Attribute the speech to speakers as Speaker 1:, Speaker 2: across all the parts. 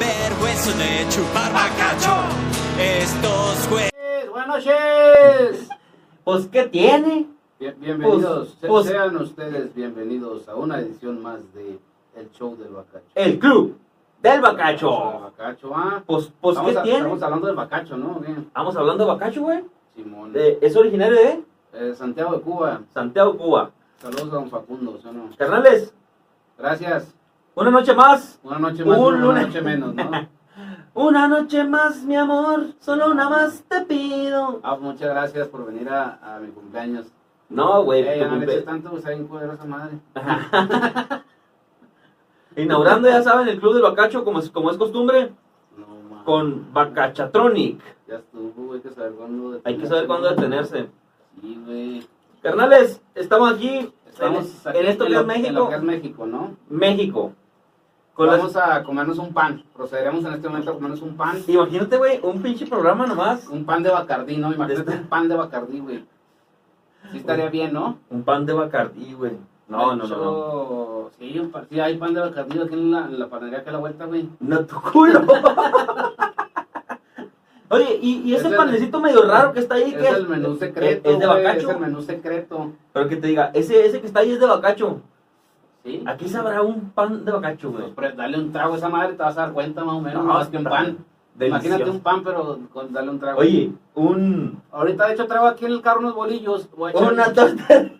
Speaker 1: eso de chupar bacacho. Estos güeyes.
Speaker 2: Buenas noches. Pues, ¿qué tiene?
Speaker 3: Bien- bienvenidos,
Speaker 2: Pues-
Speaker 3: se-
Speaker 2: pues-
Speaker 3: sean ustedes bienvenidos a una edición más de El Show del Bacacho.
Speaker 2: El club del
Speaker 3: Del
Speaker 2: bacacho.
Speaker 3: Bacacho, ah.
Speaker 2: Pues, pues
Speaker 3: Estamos
Speaker 2: ¿qué
Speaker 3: a-
Speaker 2: tiene?
Speaker 3: Estamos hablando del Bacacho, ¿no? Bien,
Speaker 2: Vamos hablando de bacacho, güey.
Speaker 3: Simón.
Speaker 2: De- es originario de
Speaker 3: Eh, Santiago de Cuba.
Speaker 2: Santiago, Cuba.
Speaker 3: Saludos a don Facundo, ¿sí o no?
Speaker 2: Carnales,
Speaker 3: Gracias.
Speaker 2: una noche más.
Speaker 3: Una noche más,
Speaker 2: Un
Speaker 3: una
Speaker 2: lunes.
Speaker 3: noche menos, ¿no?
Speaker 2: Una noche más, mi amor. Solo una más te pido.
Speaker 3: Ah, muchas gracias por venir a, a mi cumpleaños.
Speaker 2: No, güey.
Speaker 3: Eh,
Speaker 2: tu
Speaker 3: ya no le
Speaker 2: cumple-
Speaker 3: eches tanto, pues, ahí en cuero esa madre.
Speaker 2: Inaugurando, ya saben, el club del bacacho, como es, como es costumbre,
Speaker 3: No, mames.
Speaker 2: con Bacachatronic.
Speaker 3: Ya estuvo, güey, hay que saber cuándo detenerse.
Speaker 2: Hay que saber cuándo detenerse.
Speaker 3: Sí, güey.
Speaker 2: Carnales, estamos aquí
Speaker 3: Estamos
Speaker 2: en,
Speaker 3: aquí
Speaker 2: en esto que
Speaker 3: lo-
Speaker 2: es
Speaker 3: en lo
Speaker 2: México.
Speaker 3: que es México, ¿no?
Speaker 2: México. Con las-
Speaker 3: Vamos a comernos un pan. Procederemos en este momento a comernos un pan.
Speaker 2: Imagínate, güey, un pinche programa nomás.
Speaker 3: Un pan de Bacardí, ¿no? Imagínate
Speaker 2: Está-
Speaker 3: un pan de Bacardí, güey. Sí estaría bien, ¿no?
Speaker 2: Un pan de Bacardí, güey. No, no, no, no.
Speaker 3: no. Sí, un pan- sí, hay pan de Bacardí aquí en la, en la panadería acá a la vuelta, güey.
Speaker 2: No, tu culo. Oye, y, y ese
Speaker 3: Es el-
Speaker 2: panecito medio raro que está ahí,
Speaker 3: Es
Speaker 2: que
Speaker 3: el menú secreto,
Speaker 2: Es de
Speaker 3: güey,
Speaker 2: bacacho.
Speaker 3: Es el menú secreto.
Speaker 2: Pero que te diga, ese, ese que está ahí es de bacacho.
Speaker 3: Sí.
Speaker 2: Aquí sabrá un pan de bacacho,
Speaker 3: Pues,
Speaker 2: güey.
Speaker 3: pre- dale un trago a esa madre, te vas a dar cuenta más o menos,
Speaker 2: No,
Speaker 3: más que un pan. Imagínate
Speaker 2: Delicioso.
Speaker 3: un pan, pero con, dale un trago.
Speaker 2: Oye, un...
Speaker 3: Ahorita, de hecho, traigo aquí en el carro unos bolillos. Voy a echar-
Speaker 2: Una torta.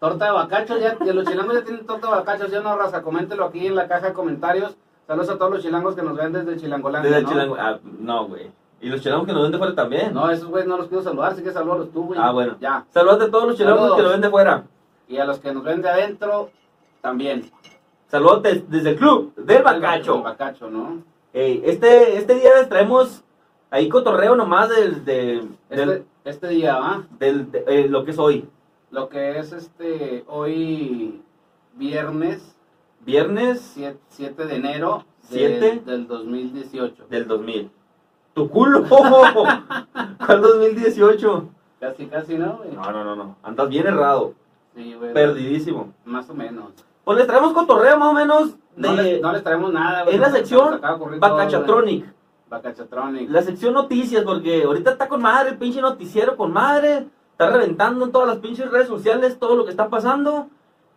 Speaker 3: Torta de bacacho, ya, ya los chilangos ya tienen torta de bacacho, ¿sí o no, raza? Coméntelo aquí en la caja de comentarios. Saludos a todos los chilangos que nos ven desde Chilangolandia,
Speaker 2: Desde
Speaker 3: ¿no?
Speaker 2: Chilango. Ah, no, güey. Y los chilangos que nos ven de fuera también.
Speaker 3: No, esos güeyes no los quiero saludar, así que saludos tú, güey.
Speaker 2: Ah, bueno.
Speaker 3: Ya.
Speaker 2: Saludos a todos los chilangos
Speaker 3: Saludos.
Speaker 2: que nos ven de fuera.
Speaker 3: Y a los que nos ven de adentro, también.
Speaker 2: Saludos des- desde el club del
Speaker 3: El
Speaker 2: bacacho.
Speaker 3: bacacho, ¿no?
Speaker 2: Ey, este, este día les traemos ahí cotorreo nomás del, de,
Speaker 3: Este,
Speaker 2: del,
Speaker 3: este día, ¿va?
Speaker 2: del- de, eh, lo que es hoy.
Speaker 3: Lo que es este, hoy viernes
Speaker 2: Viernes
Speaker 3: 7, de enero de-
Speaker 2: ¿Siete?
Speaker 3: del 2018.
Speaker 2: del 2000. ¡Tu culo! ¿Cuál 2018?
Speaker 3: Casi, casi, ¿no, güey?
Speaker 2: No, no, no, no. Andas bien errado.
Speaker 3: Sí, güey.
Speaker 2: Perdidísimo.
Speaker 3: Más o menos.
Speaker 2: Pues les traemos cotorreo más o menos de
Speaker 3: No, les, no les traemos nada, güey.
Speaker 2: en la
Speaker 3: Nos- nos
Speaker 2: sección
Speaker 3: acaba de ocurrir todo, güey.
Speaker 2: Bacachatronic.
Speaker 3: Bacachatronic.
Speaker 2: La sección noticias, porque ahorita está con madre, el pinche noticiero con madre, está reventando en todas las pinches redes sociales todo lo que está pasando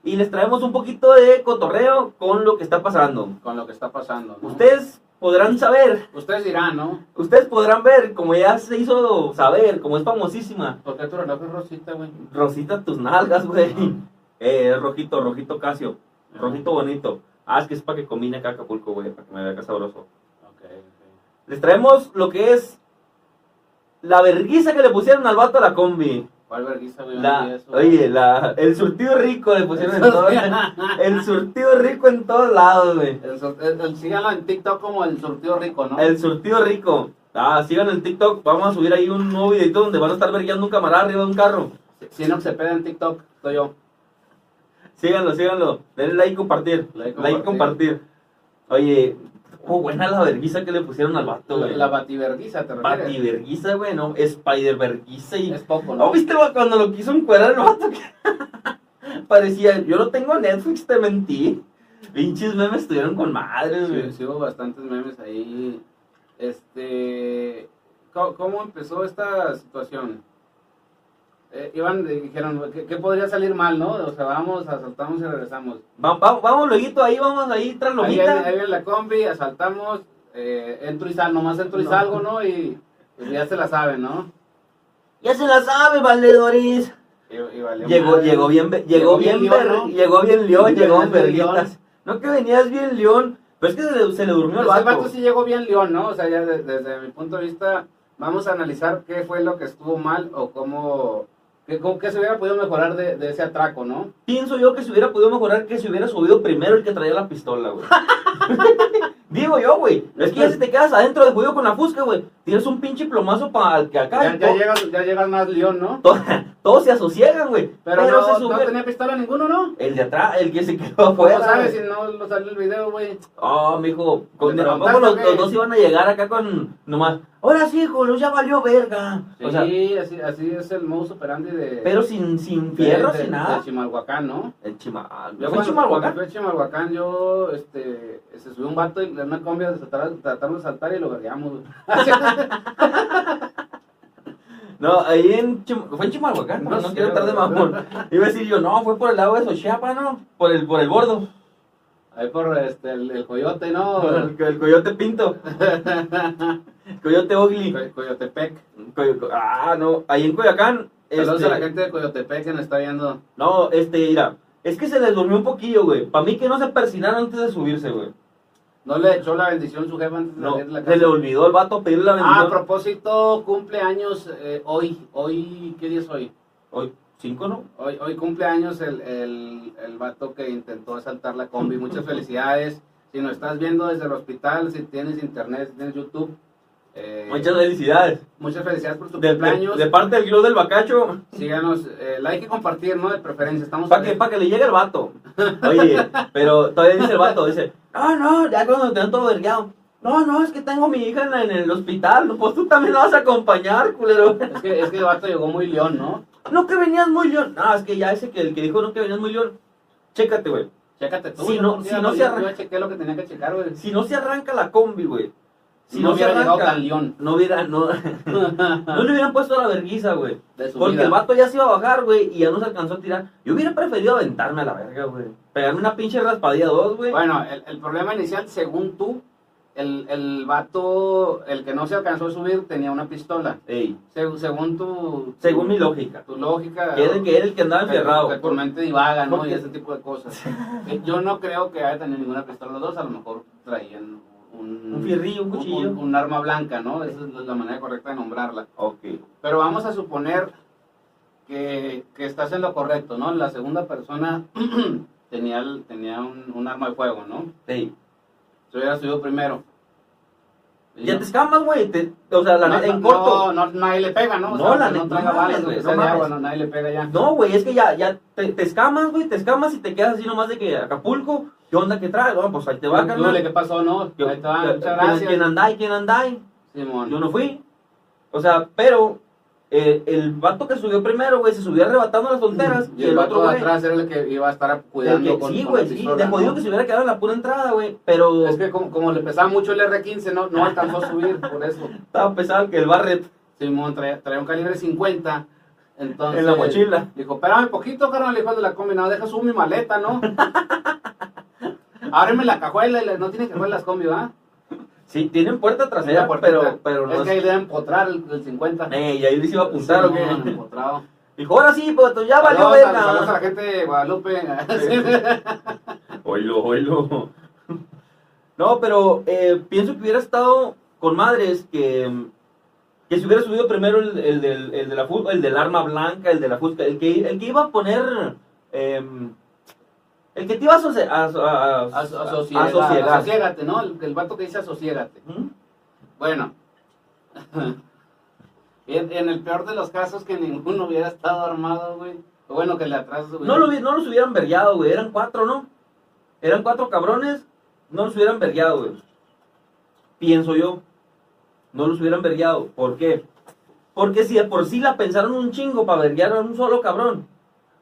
Speaker 2: y les traemos un poquito de cotorreo con lo que está pasando.
Speaker 3: Con lo que está pasando, ¿no?
Speaker 2: Ustedes podrán saber,
Speaker 3: Ustedes dirán, ¿no?
Speaker 2: ustedes podrán ver, como ya se hizo saber, como es famosísima,
Speaker 3: ¿Por qué tu reloj es rosita, güey?
Speaker 2: Rosita tus nalgas, güey.
Speaker 3: Ajá.
Speaker 2: Eh, es rojito, rojito Casio,
Speaker 3: Ajá.
Speaker 2: rojito bonito. Ah, es que es para que combine acá Acapulco, güey, para que me vea acá sabroso.
Speaker 3: Ok, ok.
Speaker 2: Les traemos lo que es la verguiza que le pusieron al vato a la combi.
Speaker 3: ¿Cuál vergüenza, güey?
Speaker 2: La-
Speaker 3: No vi eso, güey.
Speaker 2: oye, la, el surtido rico le pusieron en todo. El surtido rico en todos lados, güey.
Speaker 3: El sur- el- el- síganlo en TikTok como el surtido rico, ¿no?
Speaker 2: El surtido rico. Ah, sigan el TikTok. Vamos a subir ahí un nuevo videito donde van a estar vergueando un camarada arriba de un carro.
Speaker 3: Si no se pega en TikTok, soy yo.
Speaker 2: Síganlo, síganlo. Denle like y compartir.
Speaker 3: Like,
Speaker 2: Like y compartir. Oye, oh, buena la verguiza que le pusieron al vato,
Speaker 3: La,
Speaker 2: güey.
Speaker 3: la bativerguiza, ¿te refieres?
Speaker 2: Bativerguiza, güey, no. Spider verguiza y.
Speaker 3: Es poco,
Speaker 2: ¿No
Speaker 3: ¿no?
Speaker 2: viste güey, cuando lo quiso encuadrar el vato? que- Parecía, yo no tengo Netflix, te mentí. Pinches memes estuvieron con madres, güey.
Speaker 3: Sí, sí hubo bastantes memes ahí. Este, ¿cómo, cómo empezó esta situación? Eh, iban, eh, dijeron, ¿qué, qué podría salir mal, no? O sea, vamos, asaltamos y regresamos.
Speaker 2: Va- va- vamos, luego ahí, vamos ahí tras
Speaker 3: Ahí,
Speaker 2: lomita.
Speaker 3: ahí- ahí en la combi, asaltamos, eh, entro y salgo, nomás entro y
Speaker 2: No.
Speaker 3: salgo, ¿no? Y pues, ya se la saben, ¿no?
Speaker 2: Ya se la sabe, valedores.
Speaker 3: Y- y valió
Speaker 2: Llegó,
Speaker 3: madre.
Speaker 2: llegó bien, ve- llegó bien, ver-
Speaker 3: león, ¿no?
Speaker 2: llegó bien león,
Speaker 3: Venías
Speaker 2: llegó
Speaker 3: bien
Speaker 2: verguitas. No que venías bien león, pero es que se le, se le durmió el
Speaker 3: Pues el
Speaker 2: vato.
Speaker 3: vato sí llegó bien León, ¿no? O sea, ya de- desde mi punto de vista, vamos a analizar qué fue lo que estuvo mal o cómo, qué, cómo- qué se hubiera podido mejorar de, de ese atraco, ¿no?
Speaker 2: Pienso yo que se hubiera podido mejorar que se hubiera subido primero el que traía la pistola, güey. Digo yo, güey. Es que ya si te quedas adentro de juego con la fusca, güey, tienes un pinche plomazo para el que acá.
Speaker 3: Ya,
Speaker 2: y
Speaker 3: ya,
Speaker 2: to-
Speaker 3: llegas, ya llegas más León, ¿no?
Speaker 2: to- todos se asosiegan, güey.
Speaker 3: Pero, no,
Speaker 2: se
Speaker 3: no
Speaker 2: sube
Speaker 3: tenía pistola ninguno, ¿no?
Speaker 2: el de atrás, el que se quedó
Speaker 3: ¿Cómo
Speaker 2: afuera. güey.
Speaker 3: sabes si no lo salió el video, güey?
Speaker 2: Oh, mijo, con,
Speaker 3: ¿Le
Speaker 2: ¿a poco los,
Speaker 3: preguntaste o qué?
Speaker 2: los dos iban a llegar acá con nomás? Ahora sí, Julio, ya valió verga.
Speaker 3: Sí,
Speaker 2: o sea,
Speaker 3: así, así es el modus operandi de...
Speaker 2: pero sin, sin
Speaker 3: de-
Speaker 2: fierro,
Speaker 3: de-
Speaker 2: sin nada.
Speaker 3: De Chimalhuacán, ¿no?
Speaker 2: el Chimal.
Speaker 3: Yo cuando-
Speaker 2: ¿Fue
Speaker 3: cuando
Speaker 2: Chimalhuacán?
Speaker 3: fui a Chimalhuacán, yo, este, se subió un vato y le en una combi de saltar, tratamos de saltar y lo cargamos, güey.
Speaker 2: No, ahí en Chim- fue en Chimalhuacán, no,
Speaker 3: No
Speaker 2: no
Speaker 3: sé,
Speaker 2: quiero estar de
Speaker 3: güey.
Speaker 2: mamón. Iba a decir yo, no, fue por el lado de Xochiapa, ¿no? Por el, por el bordo.
Speaker 3: Ahí por este, el, el coyote,
Speaker 2: Por
Speaker 3: ¿no?
Speaker 2: el, el coyote pinto. coyote ogli.
Speaker 3: Coy- Coyotepec.
Speaker 2: Coyo- co- ah, no. Ahí en Coyacán.
Speaker 3: Saludos
Speaker 2: este,
Speaker 3: a la gente de Coyotepec que nos está viendo.
Speaker 2: No, este, mira. Es que se les durmió un poquillo, güey. Para mí que no se persinaron antes de subirse, güey.
Speaker 3: No le echó la bendición su jefe antes de
Speaker 2: No,
Speaker 3: salir de la
Speaker 2: se le
Speaker 3: casa.
Speaker 2: olvidó el vato pedirle la
Speaker 3: Ah, a
Speaker 2: bendición.
Speaker 3: propósito, cumpleaños eh, hoy. Hoy, ¿qué día es hoy?
Speaker 2: Hoy, cinco, ¿no?
Speaker 3: Hoy, hoy cumpleaños el, el, el vato que intentó asaltar la combi. Muchas felicidades. Si nos estás viendo desde el hospital, si tienes internet, si tienes YouTube, eh,
Speaker 2: Muchas felicidades.
Speaker 3: muchas felicidades por tu
Speaker 2: De, de-
Speaker 3: cumpleaños.
Speaker 2: de parte del club del bacacho.
Speaker 3: Síganos, eh, like y compartir, ¿no? De preferencia. Estamos
Speaker 2: Para que, pa' que le llegue el vato. Oye, pero todavía dice el vato, dice, no, no, ya cuando te dan todo vergueado. No, no, es que tengo a mi hija en, la- en el hospital. Pues tú también la vas a acompañar, culero.
Speaker 3: Es que, es que el vato llegó muy león, ¿no?
Speaker 2: No que venías muy león. No, es que ya ese que el que dijo no que venías muy león. Chécate, güey.
Speaker 3: Chécate tú.
Speaker 2: Si
Speaker 3: yo
Speaker 2: no-
Speaker 3: por ti
Speaker 2: si
Speaker 3: ya
Speaker 2: no
Speaker 3: lo-
Speaker 2: se
Speaker 3: yo-
Speaker 2: arran-
Speaker 3: Yo ya chequé lo que tenía que checar, güey.
Speaker 2: Si no se arranca la combi, güey. Si no,
Speaker 3: no
Speaker 2: se
Speaker 3: hubiera llegado
Speaker 2: arranca,
Speaker 3: tan león.
Speaker 2: no hubiera, no, no le hubieran puesto la verguiza, güey.
Speaker 3: De su
Speaker 2: Porque
Speaker 3: vida.
Speaker 2: el vato ya se iba a bajar, güey, y ya no se alcanzó a tirar. Yo hubiera preferido aventarme a la verga, güey. Pegarme una pinche raspadilla dos, güey.
Speaker 3: Bueno, el, el problema inicial, según tú, el, el vato, el que no se alcanzó a subir, tenía una pistola.
Speaker 2: Ey,
Speaker 3: Seg- según tu...
Speaker 2: según mi lógica.
Speaker 3: Tu lógica...
Speaker 2: Que era, que era el que andaba encerrado.
Speaker 3: Que tu mente divaga, ¿no?
Speaker 2: Porque-
Speaker 3: Y ese tipo de cosas. Eh, Yo no creo que haya tenido ninguna pistola. Los dos a lo mejor traían un...
Speaker 2: Un fierrillo, un cuchillo.
Speaker 3: Un, un arma blanca, ¿no? Esa es la manera correcta de nombrarla.
Speaker 2: Ok.
Speaker 3: Pero vamos a suponer que, que estás en lo correcto, ¿no? La segunda persona tenía, el- tenía un, un arma de fuego, ¿no?
Speaker 2: Ey.
Speaker 3: Se hubiera subido primero. Y
Speaker 2: Ya
Speaker 3: no-
Speaker 2: te escamas, güey. te- O sea, la
Speaker 3: no,
Speaker 2: neta, en
Speaker 3: no,
Speaker 2: corto.
Speaker 3: No, no, nadie le pega, ¿no? O
Speaker 2: No,
Speaker 3: sea,
Speaker 2: la
Speaker 3: que
Speaker 2: neta,
Speaker 3: no traiga
Speaker 2: no mames,
Speaker 3: balas, aunque
Speaker 2: güey, no
Speaker 3: sea de agua,
Speaker 2: mames.
Speaker 3: no, nadie le pega ya.
Speaker 2: No, güey, es que ya, ya te, te escamas, güey. Te escamas y te quedas así nomás de que Acapulco. ¿Qué onda que traes? No, pues ahí te va,
Speaker 3: Yo-
Speaker 2: carnal.
Speaker 3: yo, ¿Qué pasó, no?
Speaker 2: Yo-
Speaker 3: Ahí te va,
Speaker 2: yo-
Speaker 3: muchas
Speaker 2: ¿quién- ¿Quién
Speaker 3: gracias.
Speaker 2: andáis? ¿Quién andáis?
Speaker 3: Simón.
Speaker 2: Yo no fui. O sea, pero eh, el vato que subió primero, güey, se subió arrebatando las fronteras.
Speaker 3: Y el vato de atrás era el que iba a estar
Speaker 2: el
Speaker 3: cuidando
Speaker 2: que-
Speaker 3: con
Speaker 2: sí,
Speaker 3: con
Speaker 2: güey,
Speaker 3: la
Speaker 2: sí.
Speaker 3: pistola,
Speaker 2: De jodido
Speaker 3: ¿no?
Speaker 2: que se hubiera quedado en la pura entrada, güey. Pero
Speaker 3: Es que como, como le pesaba mucho el R15, no, no alcanzó a subir, por eso.
Speaker 2: estaba pesado que el Barret.
Speaker 3: Simón traía, traía un calibre 50. Entonces,
Speaker 2: En la mochila.
Speaker 3: Dijo, espérame poquito, carnal, hijo de la combi. No, deja subir mi maleta, ¿no? Ábreme la cajuela. y le- No tiene cajuela las combi, ¿va?
Speaker 2: Sí, tienen puerta trasera,
Speaker 3: Una puertita.
Speaker 2: pero, pero no
Speaker 3: Es que ahí le deben potrar el, el 50.
Speaker 2: Ey, y ahí les iba a apuntar, ¿o qué?
Speaker 3: Simón, empotrado.
Speaker 2: Dijo, ahora sí, pues ya valió
Speaker 3: Saludos a- saludos a
Speaker 2: verga.
Speaker 3: la gente de Guadalupe.
Speaker 2: Oilo, oilo. No, pero eh, pienso que hubiera estado con madres que, que se hubiera subido primero el, el del, el de la fu- el del arma blanca, el de la fusca, el que, el que iba a poner... em, el que te iba a, asoci- a, a- a-
Speaker 3: Aso-
Speaker 2: a-
Speaker 3: asociega-
Speaker 2: asosiegar.
Speaker 3: Asosiégate, ¿no? El, el vato que dice asociégate.
Speaker 2: ¿Mm?
Speaker 3: Bueno. en, en el peor de los casos que ninguno hubiera estado armado, güey. O Bueno, que le atrás, güey.
Speaker 2: No, lo, hubi- no los hubieran vergueado, güey. Eran cuatro, ¿no? Eran cuatro cabrones. No los hubieran vergueado, güey. Pienso yo. No los hubieran vergueado. ¿Por qué? Porque si de por sí la pensaron un chingo para verguear a un solo cabrón.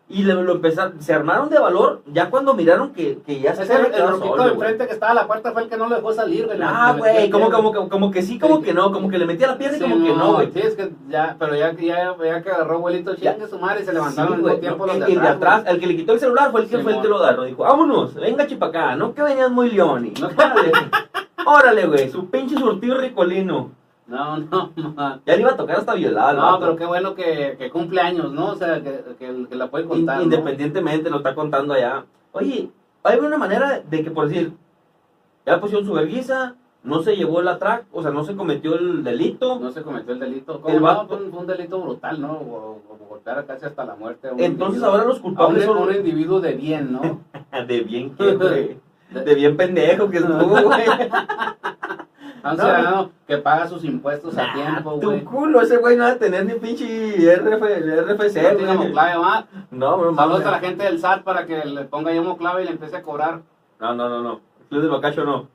Speaker 2: Y le- lo empezaron, se armaron de valor ya cuando miraron que, que ya se
Speaker 3: Ese el,
Speaker 2: había
Speaker 3: el
Speaker 2: quedado
Speaker 3: roquito
Speaker 2: solo,
Speaker 3: de
Speaker 2: güey.
Speaker 3: enfrente que estaba a la puerta fue el que no lo dejó salir, güey. Le-
Speaker 2: Ah,
Speaker 3: le metió
Speaker 2: güey,
Speaker 3: el
Speaker 2: como,
Speaker 3: dedo.
Speaker 2: como, como, como que sí, como que no, como que le metía la pierna y
Speaker 3: Sí,
Speaker 2: como que no, güey.
Speaker 3: Sí, es que ya, pero ya, que- ya, ya que agarró abuelito,
Speaker 2: Ya.
Speaker 3: chingue su madre y se
Speaker 2: Sí,
Speaker 3: levantaron al
Speaker 2: güey,
Speaker 3: mismo tiempo
Speaker 2: no,
Speaker 3: los de
Speaker 2: el de
Speaker 3: atrás.
Speaker 2: atrás, el que le quitó el celular fue el que
Speaker 3: Sí,
Speaker 2: fue el que lo
Speaker 3: mon.
Speaker 2: agarró. Dijo, vámonos, venga chipacá, no que venías muy león. Y, Órale, órale, güey, su pinche surtido ricolino.
Speaker 3: güey. No, no, ma.
Speaker 2: Ya le iba a tocar hasta violada.
Speaker 3: No, pero qué bueno que, que cumple años, ¿no? O sea, que, que, que la puede contar. ¿no?
Speaker 2: Independientemente, lo está contando allá. Oye, hay una manera de que, por decir, ya pusieron su vergüenza, no se llevó la track, o sea, no se cometió el delito.
Speaker 3: No se cometió el delito. ¿Cómo
Speaker 2: El
Speaker 3: no?
Speaker 2: vato-
Speaker 3: Fue un, fue un delito brutal, ¿no? O- o- o golpear casi hasta la muerte. a un
Speaker 2: Entonces
Speaker 3: individuo.
Speaker 2: ahora los
Speaker 3: A un,
Speaker 2: culpables
Speaker 3: a un
Speaker 2: son...
Speaker 3: individuo de bien, ¿no?
Speaker 2: De bien que, güey. De bien pendejo que estuvo, güey.
Speaker 3: A un
Speaker 2: No.
Speaker 3: ciudadano que paga sus impuestos a
Speaker 2: Nah,
Speaker 3: tiempo,
Speaker 2: tu
Speaker 3: güey.
Speaker 2: culo, ese güey no va a tener ni pinche RF, el RFC,
Speaker 3: No tiene
Speaker 2: güey.
Speaker 3: moclave, ¿va?
Speaker 2: No, no,
Speaker 3: Saludos
Speaker 2: mames.
Speaker 3: a la gente del SAT para que le ponga yo moclave y le empiece a cobrar.
Speaker 2: No, no, no, no. El Club del Bacacho no.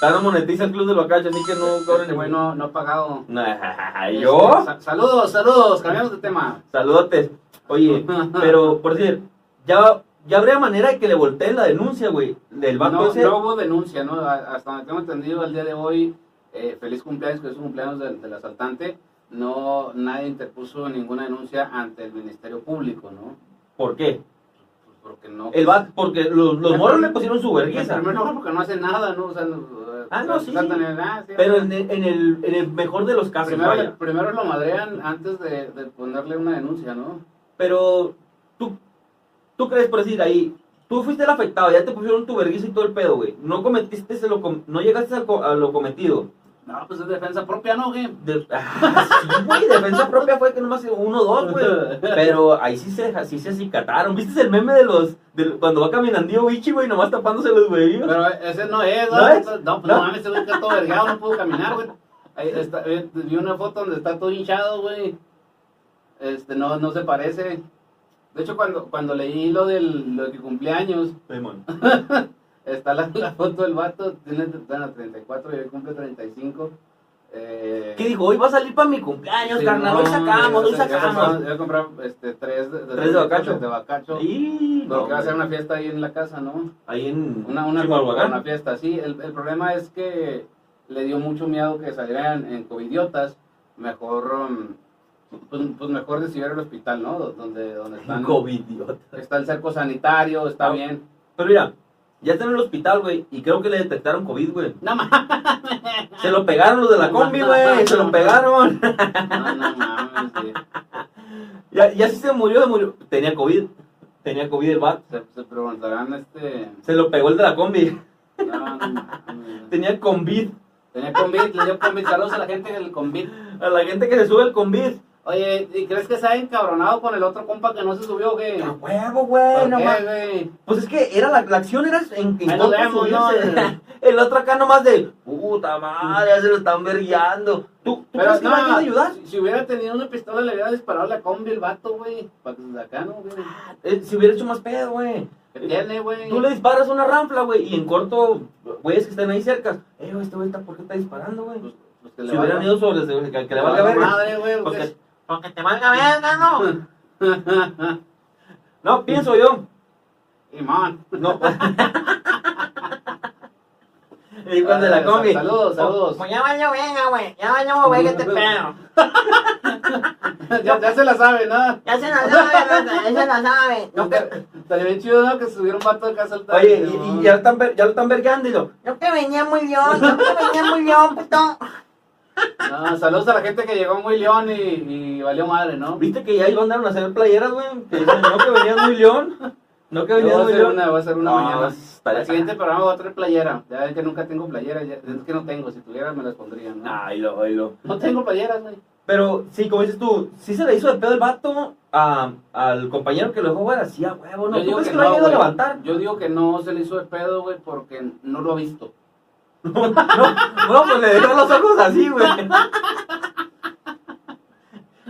Speaker 2: Ya no monetiza el Club del Bacacho, así que no cobren
Speaker 3: Este güey no, no ha pagado.
Speaker 2: No, ajá,
Speaker 3: Este,
Speaker 2: ¿Yo?
Speaker 3: sa- saludos, saludos, cambiamos de tema.
Speaker 2: Saludotes. Oye, pero por decir, ya ya habría manera de que le volteen la denuncia, güey, del banco
Speaker 3: no,
Speaker 2: ese.
Speaker 3: no hubo denuncia, ¿no? A- Hasta donde tengo entendido el día de hoy, eh, feliz cumpleaños, que es un cumpleaños del, del asaltante, no, nadie interpuso ninguna denuncia ante el Ministerio Público, ¿no?
Speaker 2: ¿Por qué?
Speaker 3: Pues porque no...
Speaker 2: El va- porque los, los
Speaker 3: En
Speaker 2: morros
Speaker 3: prim-
Speaker 2: le pusieron su
Speaker 3: En
Speaker 2: vergüenza.
Speaker 3: primer lugar, porque no hace nada, ¿no? O sea, no-
Speaker 2: Ah, no, sí,
Speaker 3: tratan
Speaker 2: sí.
Speaker 3: de- ah, sí,
Speaker 2: Pero
Speaker 3: ah.
Speaker 2: en el, en, el, en el mejor de los casos, vaya.
Speaker 3: primero, primero lo madrean antes de, de ponerle una denuncia, ¿no?
Speaker 2: Pero tú, tú crees, por decir ahí, tú fuiste el afectado, ya te pusieron tu vergüenza y todo el pedo, güey. No cometiste, lo com- no llegaste al co- a lo cometido.
Speaker 3: No, pues es defensa propia, ¿no, güey?
Speaker 2: De- ah, sí, güey, defensa propia fue que nomás uno dos, güey. Pero ahí sí se, así se acicataron. ¿Viste el meme de los, de- cuando va caminando Bichi, güey, nomás tapándose los huevillos?
Speaker 3: Pero ese no es,
Speaker 2: ¿No
Speaker 3: ¿no?
Speaker 2: es?
Speaker 3: No, pues no,
Speaker 2: ¿No?
Speaker 3: mames, ese güey está todo vergado, no puedo caminar, güey. Ahí está, eh, vi una foto donde está todo hinchado, güey. Este, no, no se parece. De hecho, cuando, cuando leí lo del lo que cumpleaños,
Speaker 2: Simón.
Speaker 3: está la, la foto del vato, tiene bueno, 34 y él cumple 35. Eh,
Speaker 2: ¿Qué dijo? Hoy va a salir para mi cumpleaños,
Speaker 3: sí,
Speaker 2: carnal.
Speaker 3: no,
Speaker 2: Hoy sacamos,
Speaker 3: yo-
Speaker 2: hoy
Speaker 3: yo compraba-
Speaker 2: sacamos.
Speaker 3: Yo compraba este, tres de,
Speaker 2: Tres de bacacho.
Speaker 3: De bacacho.
Speaker 2: Y,
Speaker 3: Porque va a ser
Speaker 2: güey.
Speaker 3: una fiesta ahí en la casa, ¿no?
Speaker 2: Ahí en
Speaker 3: Una, una,
Speaker 2: Chimalhuacán.
Speaker 3: una fiesta, sí. El, el problema es que le dio mucho miedo que salieran en covidiotas. Mejor, um, pues, pues mejor decidir el hospital, ¿no? Do- Donde, donde están,
Speaker 2: COVID, idiota.
Speaker 3: está el cerco sanitario, está
Speaker 2: Ah.
Speaker 3: bien.
Speaker 2: Pero mira, ya está en el hospital, güey, y creo que le detectaron COVID, güey.
Speaker 3: No mames.
Speaker 2: Se lo pegaron los de la combi, güey, se lo pegaron.
Speaker 3: No, no mames. sí.
Speaker 2: Ya, ya sí se murió, se murió. Tenía COVID, tenía COVID el vato.
Speaker 3: Se, se preguntarán, este.
Speaker 2: Se lo pegó el de la combi.
Speaker 3: No, no mames.
Speaker 2: Tenía COVID.
Speaker 3: Tenía COVID, le dio COVID. Saludos a la gente del COVID.
Speaker 2: A la gente que se sube el COVID.
Speaker 3: Oye, ¿y crees que se ha encabronado con el otro compa que no se subió, güey?
Speaker 2: ¡A huevo, güey!
Speaker 3: ¿Por
Speaker 2: No
Speaker 3: qué,
Speaker 2: mames.
Speaker 3: güey?
Speaker 2: Pues es que era la, la acción era en que
Speaker 3: Ahí nos vemos, ¿no?
Speaker 2: El otro acá nomás de puta madre, ya se lo están vergueando. ¿Tú, tú crees que
Speaker 3: no,
Speaker 2: va a ayudar?
Speaker 3: Si, si hubiera tenido una pistola, le hubiera disparado la combi el vato, güey. Para que se sacaran, güey.
Speaker 2: Eh, si hubiera hecho más pedo, güey.
Speaker 3: ¿Qué tiene, güey?
Speaker 2: Tú le disparas una ranfla, güey, y en corto, güeyes que estén ahí cerca. Eh, güey, este güey, está- ¿por qué está disparando, güey?
Speaker 3: Pues, pues que
Speaker 2: Si
Speaker 3: le valga.
Speaker 2: hubieran ido sobre, se- que, que
Speaker 3: le
Speaker 2: le valga
Speaker 3: valga
Speaker 2: verga.
Speaker 3: madre, güey.
Speaker 2: Porque,
Speaker 3: Porque...
Speaker 2: porque te valga verga, no. No, pienso yo.
Speaker 3: Y man.
Speaker 2: No. Y cuando la combi.
Speaker 3: Ah,
Speaker 2: Oh,
Speaker 3: Saludos, saludos.
Speaker 4: Pues ya valió venga, güey. Ya valió venga este pedo.
Speaker 3: ya, ya se la sabe, ¿no?
Speaker 4: Ya se la sabe, Rosa, ya se la sabe. No, que,
Speaker 3: Estaría bien chido, ¿no? Que subiera un vato acá a saltar.
Speaker 2: Oye,
Speaker 3: Sí,
Speaker 2: y,
Speaker 3: man.
Speaker 2: y ya, están, ver- ya lo están vergueando y yo.
Speaker 4: no que venía muy león, no que venía muy león, puto.
Speaker 3: No, saludos a la gente que llegó muy león y, y valió madre, ¿no?
Speaker 2: ¿Viste que ya iban a hacer playeras, güey? Que dicen, no que venías muy león. No que
Speaker 3: Yo
Speaker 2: venías
Speaker 3: Voy a
Speaker 2: muy
Speaker 3: hacer
Speaker 2: león.
Speaker 3: una, voy a hacer una
Speaker 2: No,
Speaker 3: mañana.
Speaker 2: estaría-
Speaker 3: Al siguiente programa voy a traer playera. Ya ven que nunca tengo playera. ya- es que no tengo. Si tuviera, me las pondría, ¿no?
Speaker 2: Ay, lo, ay, lo.
Speaker 3: No tengo playeras, güey.
Speaker 2: Pero sí, como dices tú, sí se le hizo de pedo el vato a, al compañero que lo dejó jugar así a huevo, ¿no?
Speaker 3: Yo
Speaker 2: ¿Tú
Speaker 3: digo
Speaker 2: crees que
Speaker 3: que
Speaker 2: lo
Speaker 3: no,
Speaker 2: ha ido a
Speaker 3: güey.
Speaker 2: levantar?
Speaker 3: Yo digo que no se le hizo de pedo, güey, porque no lo ha visto.
Speaker 2: No, no, pues le dejó los ojos así, güey.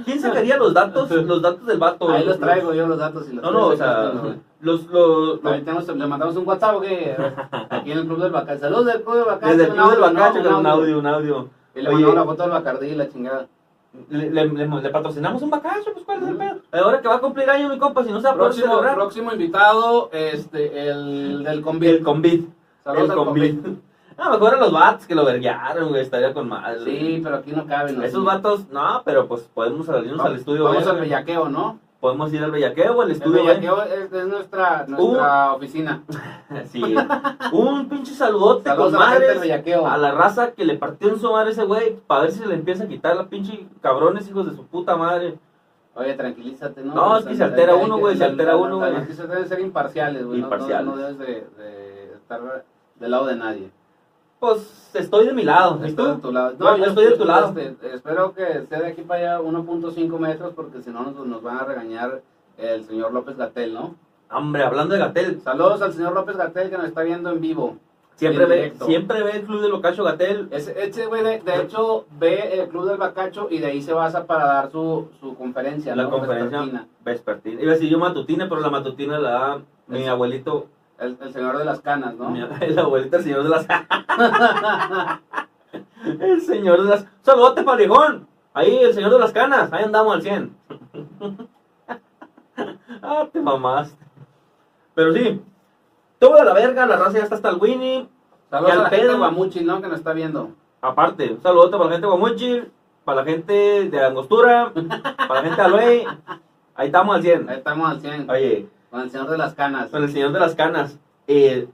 Speaker 2: ¿Quién sacaría los datos, los datos del vato?
Speaker 3: Ahí los traigo yo los datos y los
Speaker 2: No, no, o sea, los, los, los-
Speaker 3: Ahorita nos- le mandamos un WhatsApp, güey, aquí en el Club del Bacacho. Saludos del Club del Bacacho.
Speaker 2: desde el
Speaker 3: un
Speaker 2: club del
Speaker 3: audio,
Speaker 2: bacacho,
Speaker 3: ¿no?
Speaker 2: con un audio, un audio.
Speaker 3: Y le
Speaker 2: Oye.
Speaker 3: mandamos la foto del Bacardí y la chingada.
Speaker 2: Le, le, le- le patrocinamos un bacacho, pues cuál es el pedo. Ahora que va a cumplir año mi compa, si no se va a poder
Speaker 3: Próximo,
Speaker 2: celebrar.
Speaker 3: próximo invitado, este, el del combi.
Speaker 2: El convid.
Speaker 3: Saludos
Speaker 2: el
Speaker 3: al
Speaker 2: convid.
Speaker 3: convid.
Speaker 2: A lo Ah, mejor a los bats que lo verguearon, güey, estaría con madre.
Speaker 3: Sí, pero aquí no caben. ¿no?
Speaker 2: Esos vatos, no, pero pues podemos salirnos
Speaker 3: Vamos-
Speaker 2: al estudio
Speaker 3: Vamos
Speaker 2: B,
Speaker 3: al bellaqueo, ¿no?
Speaker 2: Podemos ir al bellaqueo o al
Speaker 3: El
Speaker 2: estudio ¿eh? B.
Speaker 3: bellaqueo es, es nuestra, nuestra oficina.
Speaker 2: Sí. Un pinche saludote
Speaker 3: Saludos
Speaker 2: Este con
Speaker 3: a la gente del
Speaker 2: madres.
Speaker 3: bellaqueo.
Speaker 2: A la raza que le partió en su madre ese güey, para ver si se le empieza a quitar la pinche cabrones, hijos de su puta madre.
Speaker 3: Oye, tranquilízate, ¿no?
Speaker 2: No, es que se altera
Speaker 3: hay
Speaker 2: uno, güey, se
Speaker 3: la-
Speaker 2: altera
Speaker 3: la-
Speaker 2: uno,
Speaker 3: las
Speaker 2: güey.
Speaker 3: noticias deben ser imparciales, güey. no- no-
Speaker 2: Imparciales.
Speaker 3: No, debes de, de estar del lado de nadie.
Speaker 2: Pues estoy de mi lado. ¿Y
Speaker 3: Estoy de
Speaker 2: tú?
Speaker 3: tu lado.
Speaker 2: No, yo estoy de tu lado.
Speaker 3: este, espero que sea de aquí para allá 1.5 metros, porque si no nos, nos van a regañar el señor López Gatel, ¿no?
Speaker 2: Hombre, hablando de Gatel,
Speaker 3: Saludos al señor López Gatel que nos está viendo en vivo.
Speaker 2: siempre
Speaker 3: En
Speaker 2: ve,
Speaker 3: directo.
Speaker 2: siempre ve el club de Locacho Gatel.
Speaker 3: Ese, ese güey, de, de hecho, ve el Club del Bacacho y de ahí se basa para dar su, su conferencia.
Speaker 2: La
Speaker 3: ¿no?
Speaker 2: conferencia
Speaker 3: Vespertina.
Speaker 2: vespertina. Iba a decir yo matutina, pero la matutina la da mi
Speaker 3: Es-
Speaker 2: abuelito,
Speaker 3: El, el señor de las canas, ¿no?
Speaker 2: mi ab- el abuelito, el señor de las. el señor de las. ¡Saludote, parejón! Ahí, el señor de las canas. Ahí andamos al 100. ah, te mamaste. Pero sí, todo a la verga, la raza ya está hasta el Winnie.
Speaker 3: Saludos
Speaker 2: Y
Speaker 3: a
Speaker 2: al
Speaker 3: la gente
Speaker 2: pedo.
Speaker 3: de Guamuchi, ¿no? Que nos está viendo.
Speaker 2: Aparte, un saludote para la gente de Guamuchi, para la gente de Angostura, para la gente de Aloe. Ahí estamos al 100.
Speaker 3: Ahí estamos al 100.
Speaker 2: Oye,
Speaker 3: Con el señor de las canas.
Speaker 2: con el señor de las canas. Eh,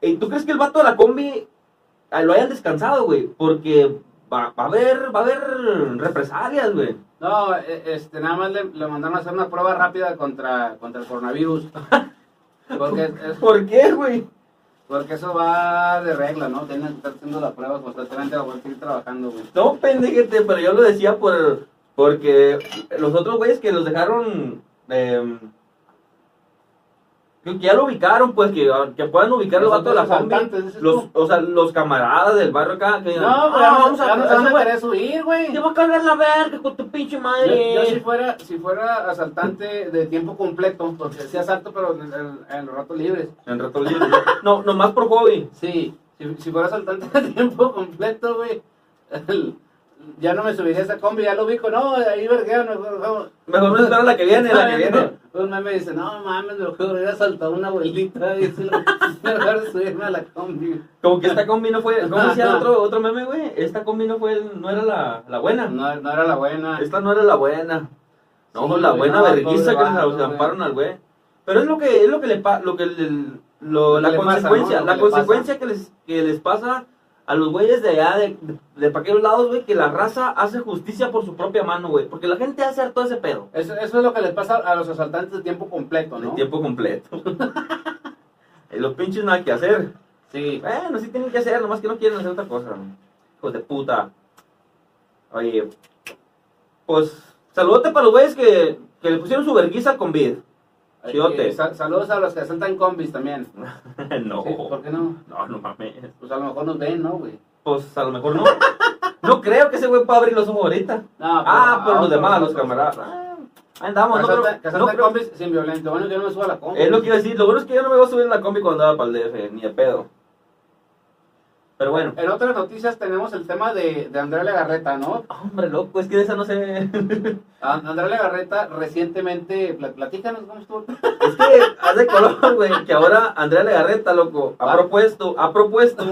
Speaker 2: eh, ¿Tú crees que el vato de la combi ah, lo hayan descansado, güey? Porque va, va a haber, va a haber represalias, güey.
Speaker 3: No, eh, este, nada más le, le mandaron a hacer una prueba rápida contra, contra el coronavirus. Porque, es-
Speaker 2: ¿Por qué, güey?
Speaker 3: porque eso va de regla, ¿no? Tienen que estar haciendo la prueba constantemente para poder seguir trabajando, güey.
Speaker 2: No, pendejete, pero yo lo decía por porque los otros güeyes que los dejaron. eh, que que ya lo ubicaron, pues que, que puedan ubicar los
Speaker 3: Los
Speaker 2: vatos de la
Speaker 3: otros
Speaker 2: combi.
Speaker 3: asaltantes, dices
Speaker 2: Los,
Speaker 3: tú.
Speaker 2: o sea, los camaradas del barrio acá. Que digan,
Speaker 3: No, güey,
Speaker 2: "Ah,
Speaker 3: vamos, a, ya nos
Speaker 2: ese
Speaker 3: van a
Speaker 2: güey-
Speaker 3: querer subir, güey.
Speaker 2: Te voy a cargar la verga con tu pinche
Speaker 3: Yo,
Speaker 2: madre.
Speaker 3: yo si fuera si fuera asaltante de tiempo completo, porque sí asalto, pero en, en- en los ratos libres.
Speaker 2: En rato libre. No, nomás por hobby.
Speaker 3: Sí, si, si fuera asaltante de tiempo completo, güey, el- ya no me subiría a esa combi, ya lo ubico, no, ahí vergueo, no, no, no.
Speaker 2: Mejor no espero la que viene, la que viene.
Speaker 3: Un meme dice, no mames, me lo que hubiera saltado una abuelita, dice, en lugar de subirme a la combi.
Speaker 2: Como que esta combi no fue. ¿Cómo decía el otro, otro meme, güey? Esta combi no fue, no era la, la buena.
Speaker 3: No, no era la buena.
Speaker 2: Esta no era la buena. No,
Speaker 3: Sí,
Speaker 2: la
Speaker 3: güey,
Speaker 2: buena
Speaker 3: no,
Speaker 2: vergüenza
Speaker 3: pobre
Speaker 2: que nos
Speaker 3: vato,
Speaker 2: zamparon
Speaker 3: güey.
Speaker 2: al güey. Pero es lo que es lo que le pa- lo que le- lo-
Speaker 3: Lo
Speaker 2: la
Speaker 3: que le pasa, ¿no?
Speaker 2: consecuencia,
Speaker 3: Lo que
Speaker 2: la
Speaker 3: le
Speaker 2: consecuencia que les que les pasa a los güeyes de allá de, de, pa' aquellos lados, güey, que la raza hace justicia por su propia mano, güey, porque la gente hace harto ese pedo.
Speaker 3: Eso, eso es lo que les pasa a los asaltantes de tiempo completo,
Speaker 2: De
Speaker 3: ¿no?
Speaker 2: tiempo completo. Eh, los pinches nada que hacer.
Speaker 3: Sí.
Speaker 2: Bueno, sí tienen que hacer, nomás que no quieren hacer otra cosa. Hijos de puta. Oye, pues, saludote para los güeyes que, que le pusieron su verguiza con vid. Chidote.
Speaker 3: Eh, sal- saludos a los que asaltan combis también.
Speaker 2: no.
Speaker 3: Sí, ¿Por qué no?
Speaker 2: No, no mames.
Speaker 3: Pues a lo mejor nos ven, ¿no, güey?
Speaker 2: Pues a lo mejor no. No creo que ese güey pueda abrir los ojos ahorita.
Speaker 3: No,
Speaker 2: Ah, por
Speaker 3: a
Speaker 2: los
Speaker 3: otros,
Speaker 2: demás, los
Speaker 3: otros.
Speaker 2: camaradas. Ah, Ahí andamos, no creo-
Speaker 3: Casarte- casarte
Speaker 2: no creo-
Speaker 3: combis sin violencia. Bueno, que yo no me suba a la combi.
Speaker 2: Es lo que iba a decir. Lo bueno es que yo no me voy a subir en la combi cuando andaba para el DF, ni de pedo. Pero bueno.
Speaker 3: En otras noticias tenemos el tema de, de Andrea Legarreta, ¿no?
Speaker 2: Hombre, loco, es que de esa no sé. es
Speaker 3: A- Andrea Legarreta recientemente, pla- platícanos cómo estuvo.
Speaker 2: que haz de color, güey, que ahora Andrea Legarreta, loco, ha
Speaker 3: Ah.
Speaker 2: propuesto, ha propuesto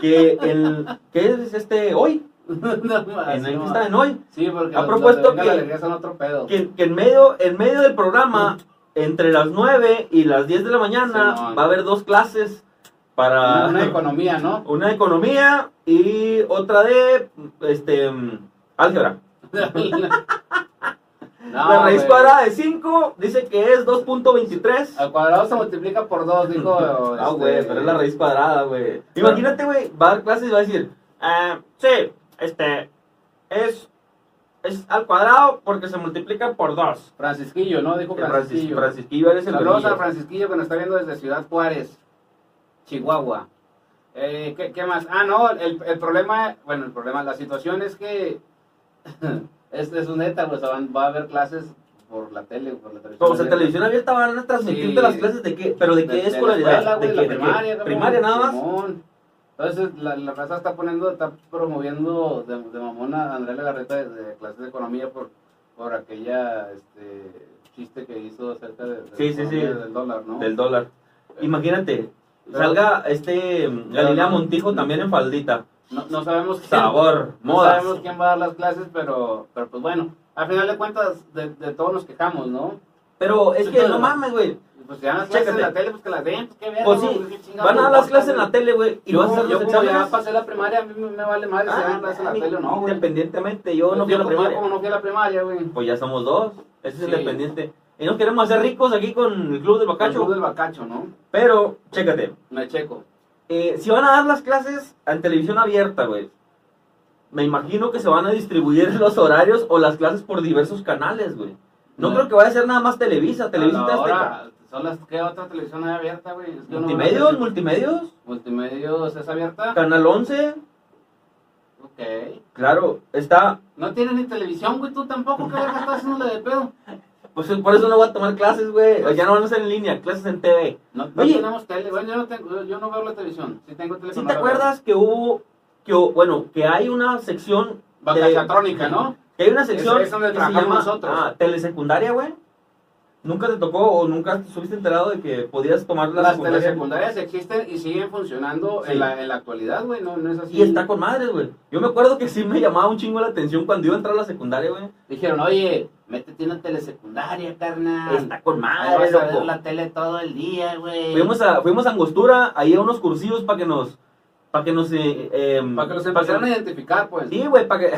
Speaker 2: que el. ¿Qué es este hoy?
Speaker 3: No,
Speaker 2: En
Speaker 3: así
Speaker 2: el
Speaker 3: no.
Speaker 2: que está en hoy.
Speaker 3: Sí, porque
Speaker 2: Ha
Speaker 3: los-
Speaker 2: propuesto
Speaker 3: los de Venga
Speaker 2: que-
Speaker 3: la Alegría son otro pedo.
Speaker 2: Que, que en, medio, en medio del programa, entre las 9 y las 10 de la mañana,
Speaker 3: Simón.
Speaker 2: va a haber dos clases para.
Speaker 3: Una, una economía, ¿no?
Speaker 2: una de economía y otra de. Este. mm, Álgebra.
Speaker 3: No,
Speaker 2: la raíz
Speaker 3: Ah, güey.
Speaker 2: cuadrada de 5 dice que es 2.23.
Speaker 3: Al cuadrado se multiplica por dos, dijo.
Speaker 2: Ah,
Speaker 3: este,
Speaker 2: güey, pero es la raíz cuadrada, güey. Imagínate, güey, va a dar clases y va a decir, ah, sí, este, es, es al cuadrado porque se multiplica por dos.
Speaker 3: Francisquillo, ¿no? Dijo
Speaker 2: Que Francis,
Speaker 3: Francisquillo.
Speaker 2: Francisquillo eres el
Speaker 3: Saludos
Speaker 2: verguillo.
Speaker 3: a Francisquillo que nos está viendo desde Ciudad Juárez, Chihuahua. Eh, ¿qué, qué más? Ah, no, el, el problema, bueno, el problema, la situación es que es, es un neta, pues van- va a haber clases por la tele, por la televisión.
Speaker 2: Como sea, televisión abierta van a transmitirte
Speaker 3: Sí.
Speaker 2: las clases de qué, pero de qué
Speaker 3: De- de la escuela,
Speaker 2: escolaridad,
Speaker 3: güey,
Speaker 2: de
Speaker 3: la
Speaker 2: qué, de
Speaker 3: primaria,
Speaker 2: qué,
Speaker 3: ¿no?
Speaker 2: primaria nada más.
Speaker 3: Simón. Entonces, la, la raza está poniendo, está promoviendo de, de mamón a Andrea Legarreta de, de clases de economía por, por aquella este, chiste que hizo acerca de, de
Speaker 2: Sí, sí,
Speaker 3: economía
Speaker 2: sí.
Speaker 3: del dólar, ¿no?
Speaker 2: Del dólar. Imagínate,
Speaker 3: Pero-
Speaker 2: salga este mm, Galilea
Speaker 3: no, no.
Speaker 2: Montijo también en faldita.
Speaker 3: No, no sabemos quién,
Speaker 2: Sabor,
Speaker 3: no
Speaker 2: modas.
Speaker 3: sabemos quién va a dar las clases, pero, pero pues bueno, al final de cuentas de, de todos nos quejamos, ¿no?
Speaker 2: Pero es que no mames, güey.
Speaker 3: Y Pues si dan las clases en la
Speaker 2: Chécate.
Speaker 3: tele, pues que las den, pues que vean.
Speaker 2: Pues sí, van a dar las clases en la tele, güey, y
Speaker 3: Yo,
Speaker 2: vas a hacer los
Speaker 3: yo como ya
Speaker 2: exámenes. Ah,
Speaker 3: pasé la primaria, a mí me, me vale madre si dan clases en la tele o no, güey.
Speaker 2: Independientemente, yo no fui a la
Speaker 3: como-
Speaker 2: primaria.
Speaker 3: como no fui a la primaria, güey.
Speaker 2: Pues ya somos dos. Eso es
Speaker 3: Sí.
Speaker 2: independiente. Y nos queremos hacer ricos aquí con el club del
Speaker 3: Bacacho.
Speaker 2: Bacacho.
Speaker 3: del bacacho, ¿no?
Speaker 2: Pero, chécate.
Speaker 3: Me checo.
Speaker 2: eh, si van a dar las clases en televisión abierta, güey. Me imagino que se van a distribuir los horarios o las clases por diversos canales, güey. No
Speaker 3: No.
Speaker 2: creo que vaya a ser nada más Televisa, Televisa
Speaker 3: A la hora,
Speaker 2: Azteca.
Speaker 3: son las que otra televisión hay abierta, güey. Es que yo no-
Speaker 2: Multimedios, multimedios.
Speaker 3: Multimedios es abierta.
Speaker 2: Canal 11.
Speaker 3: Ok.
Speaker 2: Claro, está.
Speaker 3: No tienes ni televisión, güey, tú tampoco, ¿qué verga estás haciéndole de pedo?
Speaker 2: Pues por eso no voy a tomar clases, güey. Ya no van a ser en línea, clases en TV.
Speaker 3: No, no
Speaker 2: Oye.
Speaker 3: tenemos tele, bueno, yo no, tengo, yo- yo no veo la televisión, sí tengo tele.
Speaker 2: ¿Sí
Speaker 3: pero no
Speaker 2: te
Speaker 3: la veo.
Speaker 2: acuerdas que hubo, que hu- bueno, que hay una sección, de-
Speaker 3: Bacachatrónica, ¿no?
Speaker 2: que hay una sección
Speaker 3: Es- es donde
Speaker 2: que se
Speaker 3: trabajamos
Speaker 2: llama
Speaker 3: nosotros.
Speaker 2: ah, telesecundaria, güey? ¿Nunca te tocó o nunca estuviste enterado de que podías tomar la
Speaker 3: Las
Speaker 2: secundaria?
Speaker 3: telesecundarias existen y siguen funcionando
Speaker 2: Sí.
Speaker 3: en, la, en la actualidad, güey, no, no es así.
Speaker 2: Y está con madres, güey. Yo me acuerdo que sí me llamaba un chingo la atención cuando iba a entrar a la secundaria, güey.
Speaker 3: Dijeron, oye, métete en una telesecundaria, carnal.
Speaker 2: Está con
Speaker 3: Ahí
Speaker 2: madres,
Speaker 3: vas Ah, a ver
Speaker 2: loco.
Speaker 3: la tele todo el día, güey.
Speaker 2: Fuimos a, fuimos a Angostura, ahí a unos cursillos para que nos... Para que nos... eh, eh,
Speaker 3: Para que los
Speaker 2: pa'
Speaker 3: empezaran a identificar, pues.
Speaker 2: Sí, güey, para que...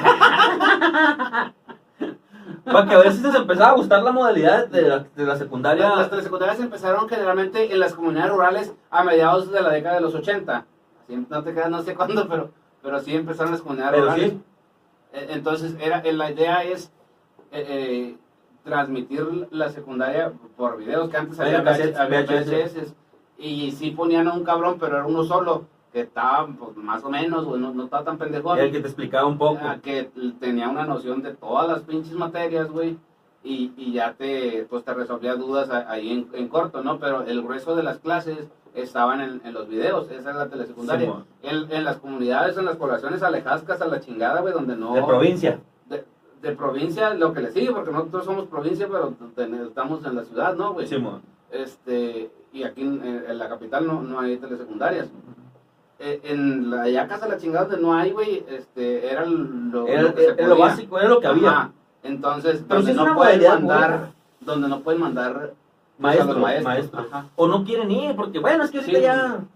Speaker 2: para que a ver si se empezaba a gustar la modalidad de la, de la
Speaker 3: Las,
Speaker 2: secundaria.
Speaker 3: las telesecundarias empezaron generalmente en las comunidades rurales a mediados de la década de los 80. Así, no te quedas, no sé cuándo, pero, pero sí empezaron las comunidades
Speaker 2: Pero
Speaker 3: rurales.
Speaker 2: sí.
Speaker 3: Eh, Entonces, era, eh, la idea es eh, eh, transmitir la secundaria por videos que antes
Speaker 2: Había
Speaker 3: había,
Speaker 2: cassettes,
Speaker 3: VH- había
Speaker 2: VHS.
Speaker 3: VHS. Y sí ponían a un cabrón, pero era uno solo, que estaba pues, más o menos, güey, no, no estaba tan pendejo.
Speaker 2: El que te explicaba un poco.
Speaker 3: Ah, que l- tenía una noción de todas las pinches materias, güey. Y, y ya te, pues te resolvía dudas a- ahí en, en corto, ¿no? Pero el grueso de las clases estaban en, en los videos, esa es la telesecundaria.
Speaker 2: Simón.
Speaker 3: en, en las comunidades, en las poblaciones alejadas a la chingada, güey, donde no...
Speaker 2: De provincia.
Speaker 3: de- de provincia, lo que le sigue, porque nosotros somos provincia, pero ten- estamos en la ciudad, ¿no, güey?
Speaker 2: Simón.
Speaker 3: este y aquí en, en- en la capital no, no hay telesecundarias Eh, en la ya casa de la chingada donde no hay güey este era lo,
Speaker 2: Era,
Speaker 3: lo que se
Speaker 2: era lo
Speaker 3: podía.
Speaker 2: básico, era lo que había.
Speaker 3: Ajá. entonces
Speaker 2: Pero sí
Speaker 3: donde
Speaker 2: es
Speaker 3: no
Speaker 2: una
Speaker 3: pueden
Speaker 2: modalidad
Speaker 3: mandar
Speaker 2: buena.
Speaker 3: donde no pueden mandar pues,
Speaker 2: Maestro,
Speaker 3: Los maestros,
Speaker 2: maestro.
Speaker 3: ajá.
Speaker 2: O no quieren ir, porque bueno, es que ahorita
Speaker 3: Sí. pues.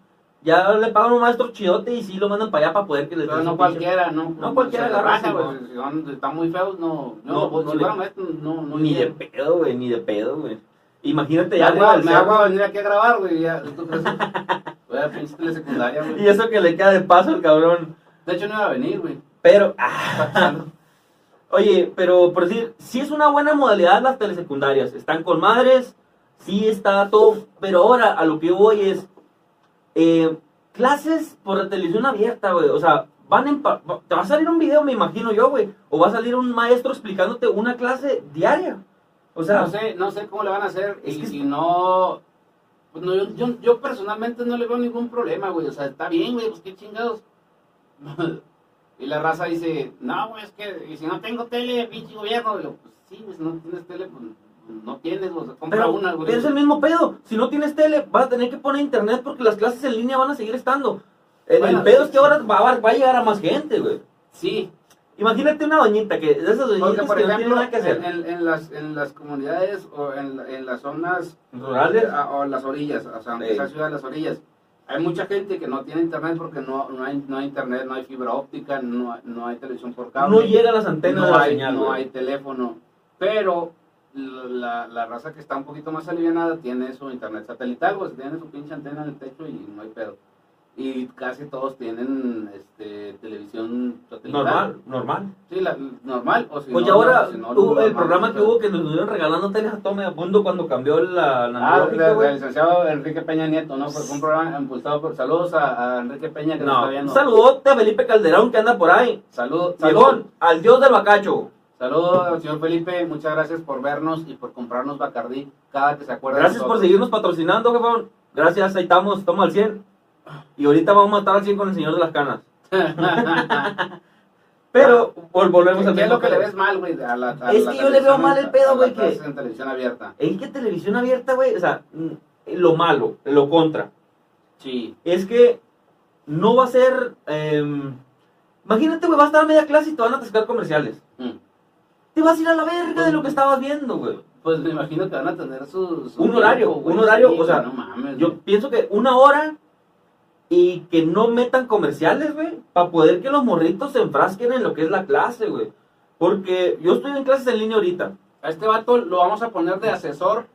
Speaker 2: ya, ya le pagan a un maestro chidote y sí lo mandan para allá para poder que les
Speaker 3: pero
Speaker 2: den
Speaker 3: no
Speaker 2: su pinche-
Speaker 3: cualquiera no
Speaker 2: No cualquiera la raza,
Speaker 3: güey
Speaker 2: no.
Speaker 3: si son- están muy feos no no,
Speaker 2: No,
Speaker 3: pues,
Speaker 2: no
Speaker 3: si
Speaker 2: le-
Speaker 3: fuera maestro, no no
Speaker 2: Ni de
Speaker 3: iría.
Speaker 2: pedo, güey, ni de pedo, güey. Imagínate
Speaker 3: me
Speaker 2: ya,
Speaker 3: hago,
Speaker 2: arriba del
Speaker 3: me hago
Speaker 2: cerro,
Speaker 3: venir aquí a grabar güey ya ¿tú crees? voy a pinche telesecundaria
Speaker 2: Y
Speaker 3: güey
Speaker 2: eso que le queda de paso al cabrón.
Speaker 3: de hecho no iba a venir güey
Speaker 2: Pero, ah, oye, pero por decir, sí es una buena modalidad las telesecundarias. Están con madres, sí está todo. Pero ahora a lo que voy es eh, clases por la televisión abierta, güey. O sea, van en pa- va- te va a salir un video, me imagino yo, güey. O va a salir un maestro explicándote una clase diaria. O sea,
Speaker 3: no sé, no sé cómo le van a hacer
Speaker 2: Es
Speaker 3: y,
Speaker 2: que-
Speaker 3: y no, pues no, yo, yo, yo personalmente no le veo ningún problema, güey, o sea, está bien, güey, pues qué chingados. y la raza dice, no, güey, es que y si no tengo tele, pinche gobierno, Y yo, pues sí, güey, si no tienes tele, pues no tienes, o sea, compra
Speaker 2: pero,
Speaker 3: una, güey.
Speaker 2: pero es el mismo pedo. Si no tienes tele, vas a tener que poner internet porque las clases en línea van a seguir estando. El, el
Speaker 3: Bueno,
Speaker 2: pedo
Speaker 3: sí,
Speaker 2: es que
Speaker 3: sí.
Speaker 2: ahora va, a- va a llegar a más gente, güey.
Speaker 3: Sí,
Speaker 2: Imagínate una doñita que de esas
Speaker 3: porque por
Speaker 2: doñitas pues, que no tienen
Speaker 3: ejemplo,
Speaker 2: nada que hacer.
Speaker 3: en, en- en las, en las comunidades o en, en las zonas
Speaker 2: Rurales.
Speaker 3: a- o en las orillas, o sea, aunque
Speaker 2: Sí.
Speaker 3: sea ciudad, las orillas. Hay mucha gente que no tiene internet porque no, no, hay, no hay internet, no hay fibra óptica, no, no hay televisión por cable.
Speaker 2: no llega a las antenas
Speaker 3: no
Speaker 2: de la
Speaker 3: hay,
Speaker 2: señal.
Speaker 3: no
Speaker 2: güey.
Speaker 3: hay teléfono. Pero la, la raza que está un poquito más alivianada tiene su internet satelital, pues tiene su pinche antena en el techo y no hay pedo. Y casi todos tienen este, televisión satelital.
Speaker 2: Normal, normal.
Speaker 3: Sí, la, normal. O si
Speaker 2: Pues
Speaker 3: no,
Speaker 2: ya ahora
Speaker 3: no, si no,
Speaker 2: hubo
Speaker 3: normal,
Speaker 2: el programa
Speaker 3: o
Speaker 2: que
Speaker 3: sea.
Speaker 2: hubo que nos estuvieron regalando teles a todo medio mundo cuando cambió la, la
Speaker 3: Ah,
Speaker 2: analógica,
Speaker 3: del,
Speaker 2: güey.
Speaker 3: del licenciado Enrique Peña Nieto, ¿no? Fue un programa impulsado por. Saludos a, a Enrique Peña que nos
Speaker 2: No,
Speaker 3: está
Speaker 2: un
Speaker 3: viendo.
Speaker 2: saludote a Felipe Calderón que anda por ahí.
Speaker 3: Salud, salud.
Speaker 2: Salud al dios del bacacho.
Speaker 3: Saludos al señor Felipe, muchas gracias por vernos y por comprarnos Bacardí cada que se acuerda. de
Speaker 2: Gracias por
Speaker 3: nosotros.
Speaker 2: seguirnos patrocinando, jefón. Gracias, ahí estamos, estamos al 100. Y ahorita vamos a estar al 100 con el señor de las canas. Pero vol- volvemos
Speaker 3: ¿Qué,
Speaker 2: al
Speaker 3: qué es
Speaker 2: mismo
Speaker 3: lo que le
Speaker 2: pedo.
Speaker 3: ves mal, güey? a la- a
Speaker 2: Es
Speaker 3: la
Speaker 2: que yo le veo
Speaker 3: televisión,
Speaker 2: mal el
Speaker 3: a-
Speaker 2: pedo,
Speaker 3: a la
Speaker 2: güey, que-
Speaker 3: clase En televisión abierta.
Speaker 2: Es que televisión abierta, güey, o sea, mm, lo malo, lo contra.
Speaker 3: Sí.
Speaker 2: es que no va a ser. em, imagínate, güey, vas a estar a media clase y te van a atascar comerciales.
Speaker 3: Mm.
Speaker 2: Te vas a ir a la verga de lo que estabas viendo, güey.
Speaker 3: Pues me imagino que van a tener su. su
Speaker 2: Un horario,
Speaker 3: güey,
Speaker 2: un horario, o
Speaker 3: güey,
Speaker 2: sea,
Speaker 3: No mames.
Speaker 2: Yo
Speaker 3: güey.
Speaker 2: pienso que una hora y que no metan comerciales, güey, para poder que los morritos se enfrasquen en lo que es la clase, güey. Porque yo estoy en clases en línea ahorita.
Speaker 3: A este vato lo vamos a poner de asesor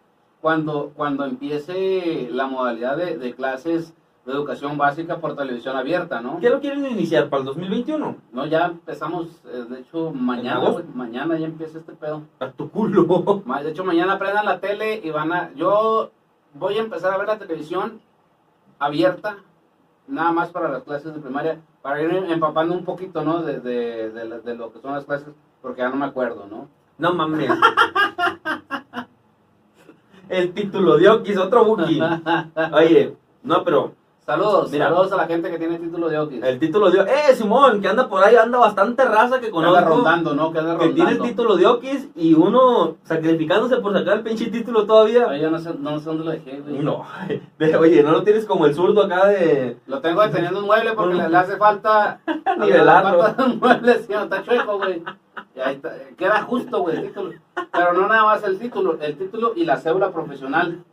Speaker 3: cuando, cuando empiece la modalidad de, de clases de educación básica por televisión abierta, ¿no?
Speaker 2: ¿Qué lo quieren iniciar para el 2021?
Speaker 3: No, ya empezamos, eh, de hecho, mañana,
Speaker 2: agosto?
Speaker 3: güey, mañana ya empieza este pedo.
Speaker 2: A tu culo.
Speaker 3: Ma- De hecho, mañana prendan la tele y van a... Yo voy a empezar a ver la televisión abierta, nada más para las clases de primaria, para ir empapando un poquito, ¿no? De, de, de, la- de lo que son las clases, porque ya no me acuerdo, ¿no?
Speaker 2: No mames. El título de Oquis, otro Buki. Oye, no, pero
Speaker 3: Saludos,
Speaker 2: Mira.
Speaker 3: saludos a la gente que tiene título de Oquis.
Speaker 2: El título dio, eh, Simón, que anda por ahí, anda bastante raza que
Speaker 3: Que anda
Speaker 2: conozco.
Speaker 3: rondando, ¿no? Que anda
Speaker 2: que
Speaker 3: rondando.
Speaker 2: tiene el título de Oquis y uno sacrificándose por sacar el pinche título todavía.
Speaker 3: Ay, yo no sé, no sé dónde lo dejé, güey.
Speaker 2: No, de- oye, no lo tienes como el zurdo acá de.
Speaker 3: Lo tengo deteniendo un mueble porque
Speaker 2: No.
Speaker 3: le, le hace falta
Speaker 2: Nivelarlo.
Speaker 3: le hace falta un mueble, si no está chueco, güey. Y ahí está, queda justo, güey, el título. Pero no nada más el título, el título y la cédula profesional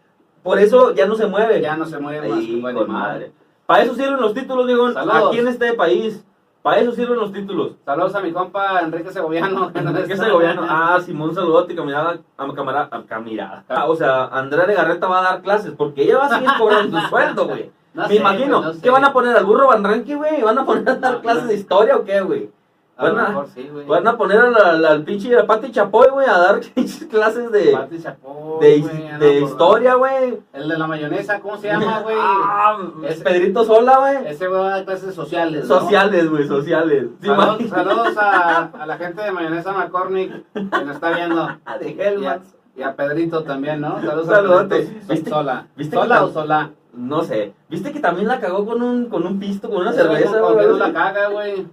Speaker 2: Por eso ya no se mueve.
Speaker 3: ya no se mueve más.
Speaker 2: Ahí,
Speaker 3: güey,
Speaker 2: con
Speaker 3: ni
Speaker 2: madre. Para eso sirven los títulos, digo,
Speaker 3: Saludos.
Speaker 2: aquí en este país. Para eso sirven los títulos.
Speaker 3: Saludos a mi compa Enrique Segoviano. que no
Speaker 2: ¿Qué es
Speaker 3: está.
Speaker 2: el gobierno? Ah, Simón Saludotti, caminada, a camarada, a camirada. Ah, o sea, Andrea Legarreta va a dar clases porque ella va a seguir cobrando su sueldo, güey.
Speaker 3: No
Speaker 2: Me
Speaker 3: sé,
Speaker 2: imagino.
Speaker 3: güey, no sé.
Speaker 2: ¿Qué van a poner al burro Van Ranqui, güey? ¿Van a poner a dar
Speaker 3: No,
Speaker 2: clases
Speaker 3: no.
Speaker 2: de historia o qué, güey?
Speaker 3: A lo
Speaker 2: Van a-
Speaker 3: mejor sí, güey.
Speaker 2: Van a poner al- al, al pinche a Pati Chapoy, güey, a dar clases de,
Speaker 3: Pati Chapoy,
Speaker 2: de,
Speaker 3: güey, Ana
Speaker 2: de
Speaker 3: Borrón.
Speaker 2: historia, güey.
Speaker 3: El de la mayonesa, ¿cómo se llama, güey?
Speaker 2: Ah,
Speaker 3: Ese-
Speaker 2: Pedrito Sola, güey.
Speaker 3: Ese güey da clases sociales. ¿no?
Speaker 2: Sociales, güey, sociales. ¿Sí,
Speaker 3: Saludos,
Speaker 2: Max?
Speaker 3: saludos a, a la gente de Mayonesa McCormick que nos está viendo.
Speaker 2: Ah, de
Speaker 3: Y a,
Speaker 2: Hellmans.
Speaker 3: y a Pedrito también, ¿no? Saludos a
Speaker 2: Saludote.
Speaker 3: Pedrito. Pues,
Speaker 2: ¿Viste-
Speaker 3: Sola.
Speaker 2: viste que
Speaker 3: ¿Sola o
Speaker 2: tam-
Speaker 3: Sola?
Speaker 2: No sé. ¿Viste que también la cagó con un, con un pisto, con una
Speaker 3: Eso
Speaker 2: cerveza,
Speaker 3: con- con
Speaker 2: güey?
Speaker 3: que no la caga, güey.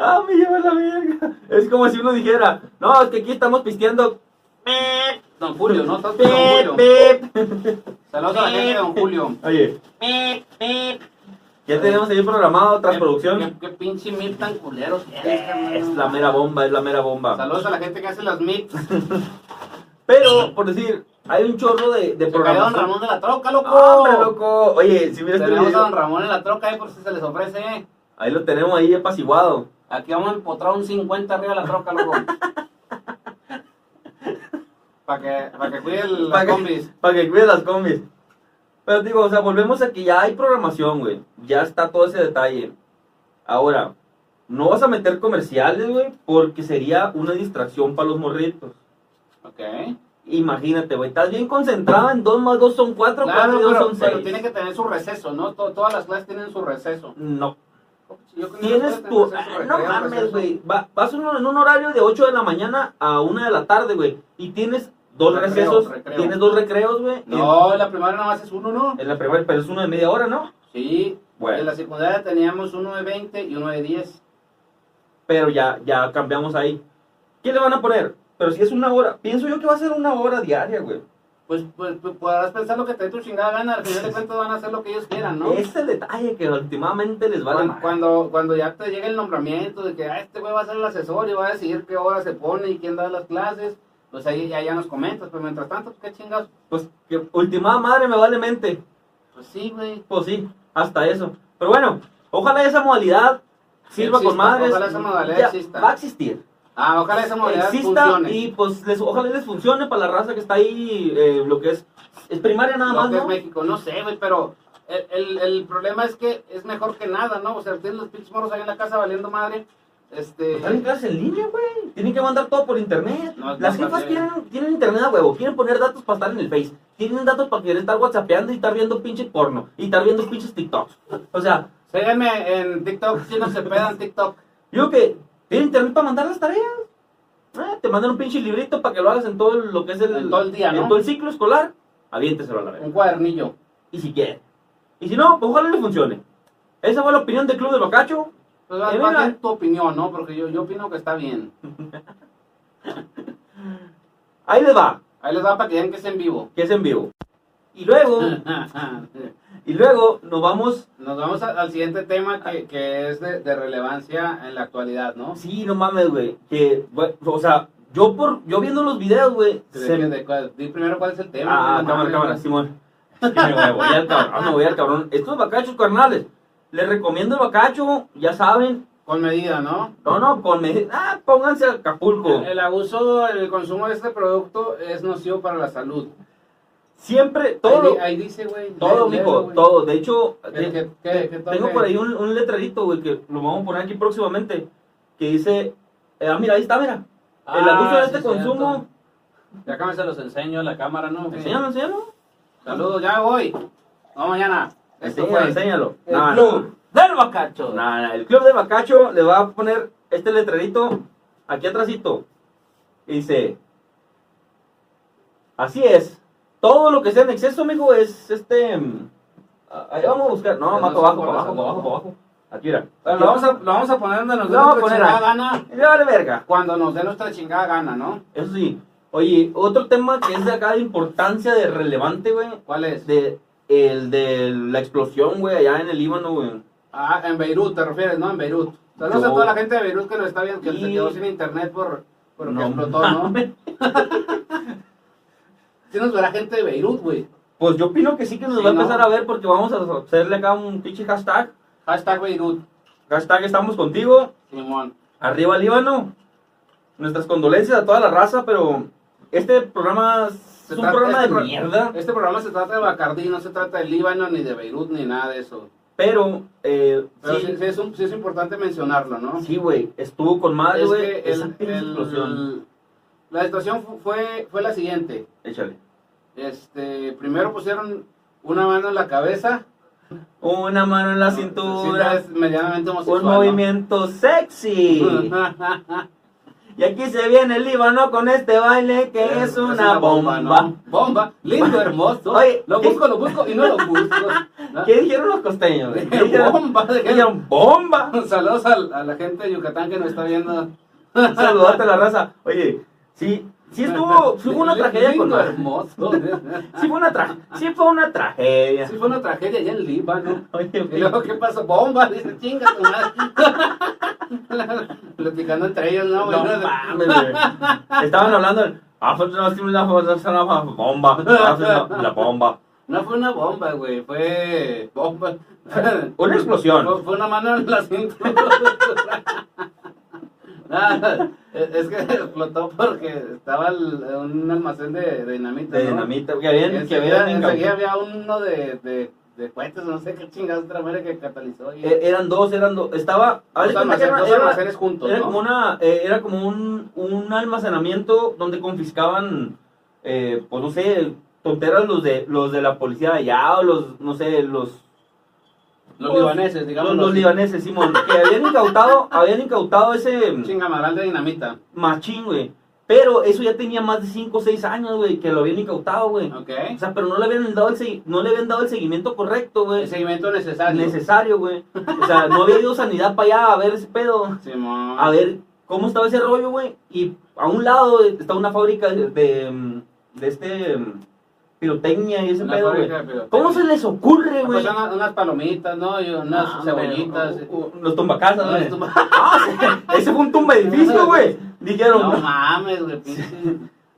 Speaker 2: Ah, me lleva la verga. Es como si uno dijera, no, es que aquí estamos pisteando. Pip,
Speaker 3: Don Julio, ¿no? Estás con Don Julio.
Speaker 2: pip, pip.
Speaker 3: Saludos a la gente de Don Julio.
Speaker 2: Oye,
Speaker 4: Pip, pip.
Speaker 2: ya tenemos ahí programado
Speaker 3: ¿Qué,
Speaker 2: transproducción.
Speaker 3: qué pinche mil tan culero tienes,
Speaker 2: Es la
Speaker 3: hermano.
Speaker 2: mera bomba, es la mera bomba.
Speaker 3: Saludos a la gente que hace las mix.
Speaker 2: Pero, por decir, hay un chorro de, de
Speaker 3: Se cayó Don
Speaker 2: programación.
Speaker 3: Ramón de la troca, loco.
Speaker 2: ¡Hombre, loco! Oye, si miras este
Speaker 3: Tenemos a Don
Speaker 2: video,
Speaker 3: Ramón en la troca, ahí por si se les ofrece, eh.
Speaker 2: ahí lo tenemos ahí apaciguado.
Speaker 3: Aquí vamos a empotrar un 50 arriba de la troca, loco. Para que, pa' que cuide el-
Speaker 2: Pa'
Speaker 3: las
Speaker 2: que-
Speaker 3: combis.
Speaker 2: Para que cuide las combis. Pero digo, o sea, volvemos a que ya hay programación, güey. Ya está todo ese detalle. Ahora, no vas a meter comerciales, güey, porque sería una distracción para los morritos.
Speaker 3: Ok.
Speaker 2: Imagínate, güey, estás bien concentrada en 2 más 2 son 4,
Speaker 3: Claro,
Speaker 2: 4 y 2
Speaker 3: pero,
Speaker 2: son
Speaker 3: pero
Speaker 2: 6.
Speaker 3: tiene que tener su receso, ¿no? To- todas las clases tienen su receso.
Speaker 2: No,
Speaker 3: Yo creo que
Speaker 2: tienes
Speaker 3: no
Speaker 2: tu...
Speaker 3: puede tener su
Speaker 2: ah, No
Speaker 3: recreo,
Speaker 2: mames,
Speaker 3: receso.
Speaker 2: güey. Va- vas en un, en un horario de 8 de la mañana a 1 de la tarde, güey. Y tienes dos
Speaker 3: Recreo,
Speaker 2: recesos,
Speaker 3: recreo.
Speaker 2: tienes dos recreos, güey.
Speaker 3: No, la primaria nomás es uno, ¿no?
Speaker 2: En, en la primera, pero es uno de media hora, ¿no?
Speaker 3: Sí.
Speaker 2: Bueno.
Speaker 3: En la secundaria teníamos uno de 20 y uno de 10.
Speaker 2: pero ya, ya cambiamos ahí. ¿Qué le van a poner? Pero si es una hora, pienso yo que va a ser una hora diaria, güey.
Speaker 3: Pues, pues, pues, podrás pensar lo que te dé tu chingada gana. Al final de cuentas van a hacer lo que ellos quieran, ¿no?
Speaker 2: Ese detalle que últimamente les vale
Speaker 3: Cuando,
Speaker 2: madre.
Speaker 3: cuando, cuando ya te llega el nombramiento de que ah, este güey va a ser el asesor y va a decidir qué hora se pone y quién da las clases, pues ahí ya, ya nos comentas. Pero mientras tanto, pues, qué chingados.
Speaker 2: Pues que ultimada madre me vale mente.
Speaker 3: Pues sí, güey.
Speaker 2: Pues sí, hasta eso. Pero bueno, ojalá esa modalidad
Speaker 3: Sí
Speaker 2: sirva con
Speaker 3: exista,
Speaker 2: madres.
Speaker 3: ojalá esa modalidad
Speaker 2: Ya,
Speaker 3: exista.
Speaker 2: Va a existir.
Speaker 3: Ah, ojalá esa modalidad
Speaker 2: Exista
Speaker 3: funcione.
Speaker 2: y pues les, ojalá les funcione para la raza que está ahí, eh, lo que es, es primaria nada
Speaker 3: lo
Speaker 2: más,
Speaker 3: que es
Speaker 2: ¿no?
Speaker 3: México, no sé, güey, pero el, el, el problema es que es mejor que nada, ¿no? O sea, tienes los pinches morros ahí en la casa valiendo madre, este...
Speaker 2: Están en clases en línea, güey. Tienen que mandar todo por internet.
Speaker 3: No, no,
Speaker 2: Las
Speaker 3: para
Speaker 2: jefas
Speaker 3: que-
Speaker 2: quieren, tienen internet a huevo. Quieren poner datos para estar en el Face. Tienen datos para querer estar whatsappeando y estar viendo pinche porno. Y estar viendo pinches TikToks. O sea,
Speaker 3: Síganme en TikTok, si no se pedan TikTok.
Speaker 2: yo que tienen internet para mandar las tareas. Ah, te mandan un pinche librito para que lo hagas en todo lo que es el...
Speaker 3: En todo el día,
Speaker 2: en
Speaker 3: ¿no?
Speaker 2: todo el ciclo escolar. Aviénteselo a la vez.
Speaker 3: Un cuadernillo.
Speaker 2: Y si quieren. Y si no, pues ojalá le funcione. Esa fue la opinión del Club del Bacacho.
Speaker 3: Pues va,
Speaker 2: Eh,
Speaker 3: va a
Speaker 2: mira.
Speaker 3: ser tu opinión, ¿no? Porque yo, yo opino que está bien.
Speaker 2: Ahí les va,
Speaker 3: Ahí les va para que vean que es en vivo.
Speaker 2: que es en vivo. Y luego, y luego nos vamos
Speaker 3: Nos vamos a- al siguiente tema que, que es de, de relevancia en la actualidad, ¿no?
Speaker 2: Sí, no mames, güey. Que, güey, o sea, yo por, yo viendo los videos, güey.
Speaker 3: De-
Speaker 2: se-
Speaker 3: de- de- di primero cuál es el tema.
Speaker 2: Ah,
Speaker 3: güey, no
Speaker 2: cámara,
Speaker 3: mames.
Speaker 2: cámara, Simón. Es que me voy al cabrón, ah, me voy al cabrón. Estos bacachos, carnales. Les recomiendo el bacacho, ya saben.
Speaker 3: Con medida, ¿no?
Speaker 2: No, no, con me- Ah, pónganse a Acapulco.
Speaker 3: El, el abuso, el consumo de este producto es nocivo para la salud.
Speaker 2: Siempre, todo,
Speaker 3: Ahí,
Speaker 2: lo-
Speaker 3: di- ahí dice, güey. Léelo,
Speaker 2: todo, mijo,
Speaker 3: güey.
Speaker 2: todo. De hecho,
Speaker 3: Que-
Speaker 2: te-
Speaker 3: que- que- que
Speaker 2: tengo
Speaker 3: toque.
Speaker 2: por ahí un, un letrerito, güey, que lo vamos a poner aquí próximamente. Que dice, eh, ah, mira, ahí está, mira. El
Speaker 3: Ah,
Speaker 2: abuso de
Speaker 3: sí,
Speaker 2: este
Speaker 3: cierto.
Speaker 2: consumo.
Speaker 3: Ya acá me se los enseño a la cámara, ¿no?
Speaker 2: Enséñalo, enséñalo.
Speaker 3: Saludos, ya voy. Vamos mañana. Esto Este
Speaker 2: Enséñalo,
Speaker 3: fue.
Speaker 2: enséñalo.
Speaker 3: El
Speaker 2: No, no,
Speaker 3: club.
Speaker 2: no.
Speaker 1: Del bacacho.
Speaker 2: No, no, el club de Bacacho le va a poner este letrerito aquí atrásito. Y Dice, así es, Todo lo que sea en exceso, mijo, es este. mm, ah, Ahí vamos a buscar. No,
Speaker 3: Pero
Speaker 2: más
Speaker 3: no
Speaker 2: para abajo,
Speaker 3: son
Speaker 2: para abajo,
Speaker 3: gordas,
Speaker 2: para
Speaker 3: ¿no?
Speaker 2: abajo, para abajo. Aquí mira.
Speaker 3: Pero lo vamos a, lo vamos a poner donde nos dé
Speaker 2: Lo vamos a
Speaker 3: nuestra
Speaker 2: poner
Speaker 3: chingada
Speaker 2: ahí.
Speaker 3: gana.
Speaker 2: Y le vale verga.
Speaker 3: Cuando nos dé nuestra chingada gana, ¿no?
Speaker 2: Eso sí. Oye, otro tema que es de acá de importancia, de relevante, güey.
Speaker 3: ¿Cuál es?
Speaker 2: De, el de la explosión, güey, allá en el Líbano, güey.
Speaker 3: Ah, en Beirut te refieres, ¿no? En Beirut. Saludos a
Speaker 2: No.
Speaker 3: toda la gente de Beirut que nos está viendo, que se
Speaker 2: Y-
Speaker 3: quedó sin internet por, porque
Speaker 2: No
Speaker 3: explotó, ¿no? Sí nos verá gente de Beirut, güey.
Speaker 2: Pues yo opino que sí que nos
Speaker 3: Sí,
Speaker 2: va a
Speaker 3: ¿no?
Speaker 2: empezar a ver porque vamos a hacerle acá un pinche hashtag.
Speaker 3: Hashtag Beirut,
Speaker 2: Hashtag estamos contigo.
Speaker 3: Simón.
Speaker 2: Arriba Líbano. Nuestras condolencias a toda la raza, pero este programa es
Speaker 3: Se
Speaker 2: un
Speaker 3: trata-
Speaker 2: programa
Speaker 3: este
Speaker 2: de
Speaker 3: pro-
Speaker 2: mierda.
Speaker 3: Este programa se trata de Bacardí, no se trata de Líbano, ni de Beirut, ni nada de eso.
Speaker 2: Pero, eh,
Speaker 3: Pero sí,
Speaker 2: sí,
Speaker 3: sí es, un- sí es importante mencionarlo, ¿no?
Speaker 2: sí, güey, estuvo con madre,
Speaker 3: es que
Speaker 2: güey, esa
Speaker 3: el-
Speaker 2: pinche
Speaker 3: el-
Speaker 2: explosión.
Speaker 3: la situación fu- fue, fue la siguiente.
Speaker 2: Échale.
Speaker 3: Este, primero pusieron una mano en la cabeza.
Speaker 2: Una mano en la
Speaker 3: Sí,
Speaker 2: cintura,
Speaker 3: es medianamente homosexual.
Speaker 2: un
Speaker 3: ¿no?
Speaker 2: movimiento sexy. Y aquí se viene el Líbano con este baile que es, una, bomba.
Speaker 3: ¿no? Bomba, lindo, hermoso.
Speaker 2: Oye,
Speaker 3: lo
Speaker 2: ¿qué-
Speaker 3: busco, lo busco y no lo busco. ¿no?
Speaker 2: ¿Qué dijeron los costeños? güey? ¿Qué dijeron?
Speaker 3: bomba,
Speaker 2: ¿Qué dijeron? ¡Bomba!
Speaker 3: Saludos al- a, la gente de Yucatán que nos está viendo.
Speaker 2: Saludate a la raza. Oye, sí, sí estuvo, sí fue una
Speaker 3: Lindo,
Speaker 2: tragedia con
Speaker 3: lindo,
Speaker 2: madre.
Speaker 3: hermoso.
Speaker 2: Sí fue una tra- sí fue una tragedia.
Speaker 3: Sí, fue una tragedia allá en Líbano.
Speaker 2: Oye,
Speaker 3: Y luego, ¿qué pasó? Bomba, dice, chinga tu madre. Platicando entre ellos, ¿no? güey?
Speaker 2: no mames, güey. Estaban hablando de- Ah, fue una- fue una- fue una bomba, Ah, fue una- la bomba.
Speaker 3: No fue una bomba, güey, fue bomba.
Speaker 2: Una explosión.
Speaker 3: Fue, fue una mano en la cintura. Nada, es es que explotó porque estaba el- un almacén de, de dinamita.
Speaker 2: De
Speaker 3: ¿no?
Speaker 2: dinamita, que habían, que
Speaker 3: Enseguida,
Speaker 2: habían
Speaker 3: enseguida había uno de, de, de cohetes, no sé qué chingados otra madre que catalizó. Y,
Speaker 2: Eh, eran dos, eran dos. Estaba. haz de
Speaker 3: dos
Speaker 2: cuenta que
Speaker 3: almacenes,
Speaker 2: era-
Speaker 3: dos
Speaker 2: era-
Speaker 3: almacenes juntos.
Speaker 2: Era
Speaker 3: ¿no?
Speaker 2: como una, eh, era como un, un almacenamiento donde confiscaban, eh, pues no sé, tonteras los de los de la policía de allá o los, no sé, los
Speaker 3: Los
Speaker 2: pues,
Speaker 3: libaneses, digamos.
Speaker 2: los, los libaneses, Simón, que habían incautado, habían incautado ese
Speaker 3: Chingamaral de dinamita.
Speaker 2: machín, güey. Pero eso ya tenía más de 5 o 6 años, güey, que lo habían incautado, güey.
Speaker 3: Ok.
Speaker 2: O sea, pero no le habían dado el, segui- no le habían dado el seguimiento correcto, güey.
Speaker 3: El seguimiento necesario.
Speaker 2: Necesario, güey. O sea, no había ido sanidad para allá a ver ese pedo
Speaker 3: Simón.
Speaker 2: a ver cómo estaba ese rollo, güey. Y a un lado está una fábrica de, de, mm, de este mm, pirotecnia y ese
Speaker 3: Una
Speaker 2: pedo, güey.
Speaker 3: fábrica de pirotecnia.
Speaker 2: ¿Cómo se les ocurre, güey?
Speaker 3: Pues unas, unas palomitas, ¿no? Y unas
Speaker 2: Ah,
Speaker 3: cebollitas. eh.
Speaker 2: güey, o- o- Los tumbacasas,
Speaker 3: Unas
Speaker 2: güey.
Speaker 3: tumba-
Speaker 2: Ah, sí, ese fue un tumba edificio, güey. Dijeron,
Speaker 3: No
Speaker 2: no,
Speaker 3: mames, güey, pinche.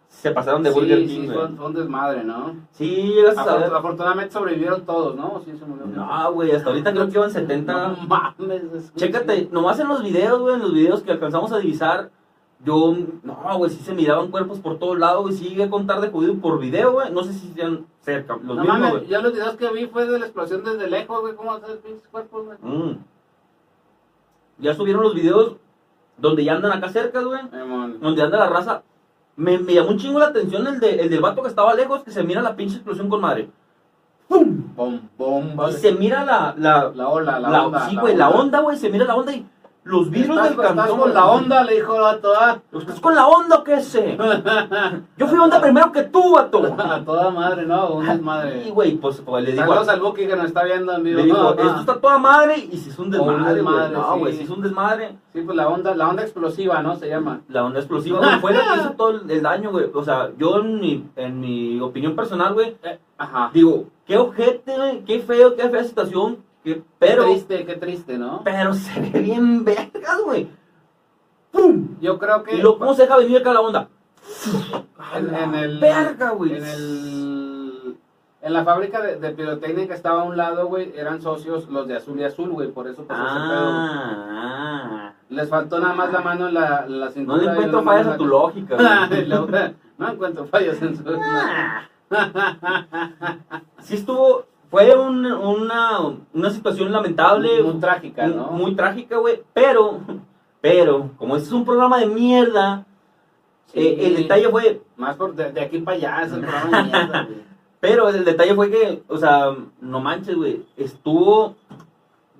Speaker 2: se pasaron de Burger
Speaker 3: Sí,
Speaker 2: King,
Speaker 3: sí,
Speaker 2: güey.
Speaker 3: fue, un- fue un desmadre, ¿no?
Speaker 2: Sí, llegaste a
Speaker 3: Afor-
Speaker 2: saber.
Speaker 3: afortunadamente sobrevivieron todos, ¿no? Sí, se murió.
Speaker 2: No, güey, hasta ahorita creo que iban 70.
Speaker 3: No mames. es-
Speaker 2: Chécate, nomás en los videos, güey, en los videos que alcanzamos a divisar, yo, no, güey, sí se miraban cuerpos por todos lados, güey, sí llegué a contar de judío por video, güey, no sé si sean cerca, los
Speaker 3: No
Speaker 2: mismos,
Speaker 3: mames,
Speaker 2: güey.
Speaker 3: yo los videos que vi fue de la explosión desde lejos, güey. ¿Cómo hacer pinches cuerpos, güey?
Speaker 2: Mm. Ya subieron los videos donde ya andan acá cerca, güey,
Speaker 3: Simón.
Speaker 2: donde anda la raza. Me, me llamó un chingo la atención el, de, el del vato que estaba lejos, que se mira la pinche explosión con madre.
Speaker 3: Bom, bomba.
Speaker 2: Y se mira la, la,
Speaker 3: La ola, la,
Speaker 2: la-
Speaker 3: onda.
Speaker 2: sí, güey, la onda, güey, se mira la onda y los vidrios
Speaker 3: Estás-
Speaker 2: del cantón.
Speaker 3: estás con la
Speaker 2: güey.
Speaker 3: onda, le dijo a toda,
Speaker 2: ¿Estás Pues, con la onda o qué sé? Yo fui onda primero que tú, vato.
Speaker 3: a toda madre, ¿no? Un desmadre.
Speaker 2: Y güey, pues, pues, le digo,
Speaker 3: Saludos al Buki que nos está viendo en vivo.
Speaker 2: le digo,
Speaker 3: No, no.
Speaker 2: esto está toda madre y si es un
Speaker 3: Un
Speaker 2: desmadre,
Speaker 3: desmadre,
Speaker 2: güey. No,
Speaker 3: sí.
Speaker 2: güey, si es un desmadre.
Speaker 3: Sí, pues la onda, la onda explosiva, ¿no? Se llama.
Speaker 2: La onda explosiva, güey, fue la que hizo todo el, el daño, güey. O sea, yo en mi, en mi opinión personal, güey,
Speaker 3: Ajá.
Speaker 2: digo, qué ojete, güey, qué feo, qué fea situación, qué, pero,
Speaker 3: qué triste, qué triste, ¿no?
Speaker 2: pero se ve bien vergas, güey. ¡Pum!
Speaker 3: Yo creo que
Speaker 2: Y luego, ¿cómo se deja venir acá la onda?
Speaker 3: en, en el
Speaker 2: Verga, güey.
Speaker 3: en el en la fábrica de, de pirotecnia que estaba a un lado, güey, eran socios los de azul y azul, güey, por eso pasó ese pedo.
Speaker 2: Ah, ah.
Speaker 3: Les faltó nada más la mano en la, la
Speaker 2: No
Speaker 3: cintura.
Speaker 2: le
Speaker 3: y
Speaker 2: encuentro
Speaker 3: una mano
Speaker 2: fallas
Speaker 3: en
Speaker 2: a
Speaker 3: la-
Speaker 2: tu lógica, güey.
Speaker 3: no encuentro fallas en su.
Speaker 2: Ah. Sí estuvo, fue un- una, una situación lamentable,
Speaker 3: Muy trágica,
Speaker 2: muy-
Speaker 3: ¿no?
Speaker 2: muy trágica, güey, pero, pero, como este es un programa de mierda,
Speaker 3: Sí.
Speaker 2: eh, el detalle fue,
Speaker 3: Más por de, de aquí para allá, es el programa de mierda, güey.
Speaker 2: pero el detalle fue que, o sea, no manches, güey, estuvo,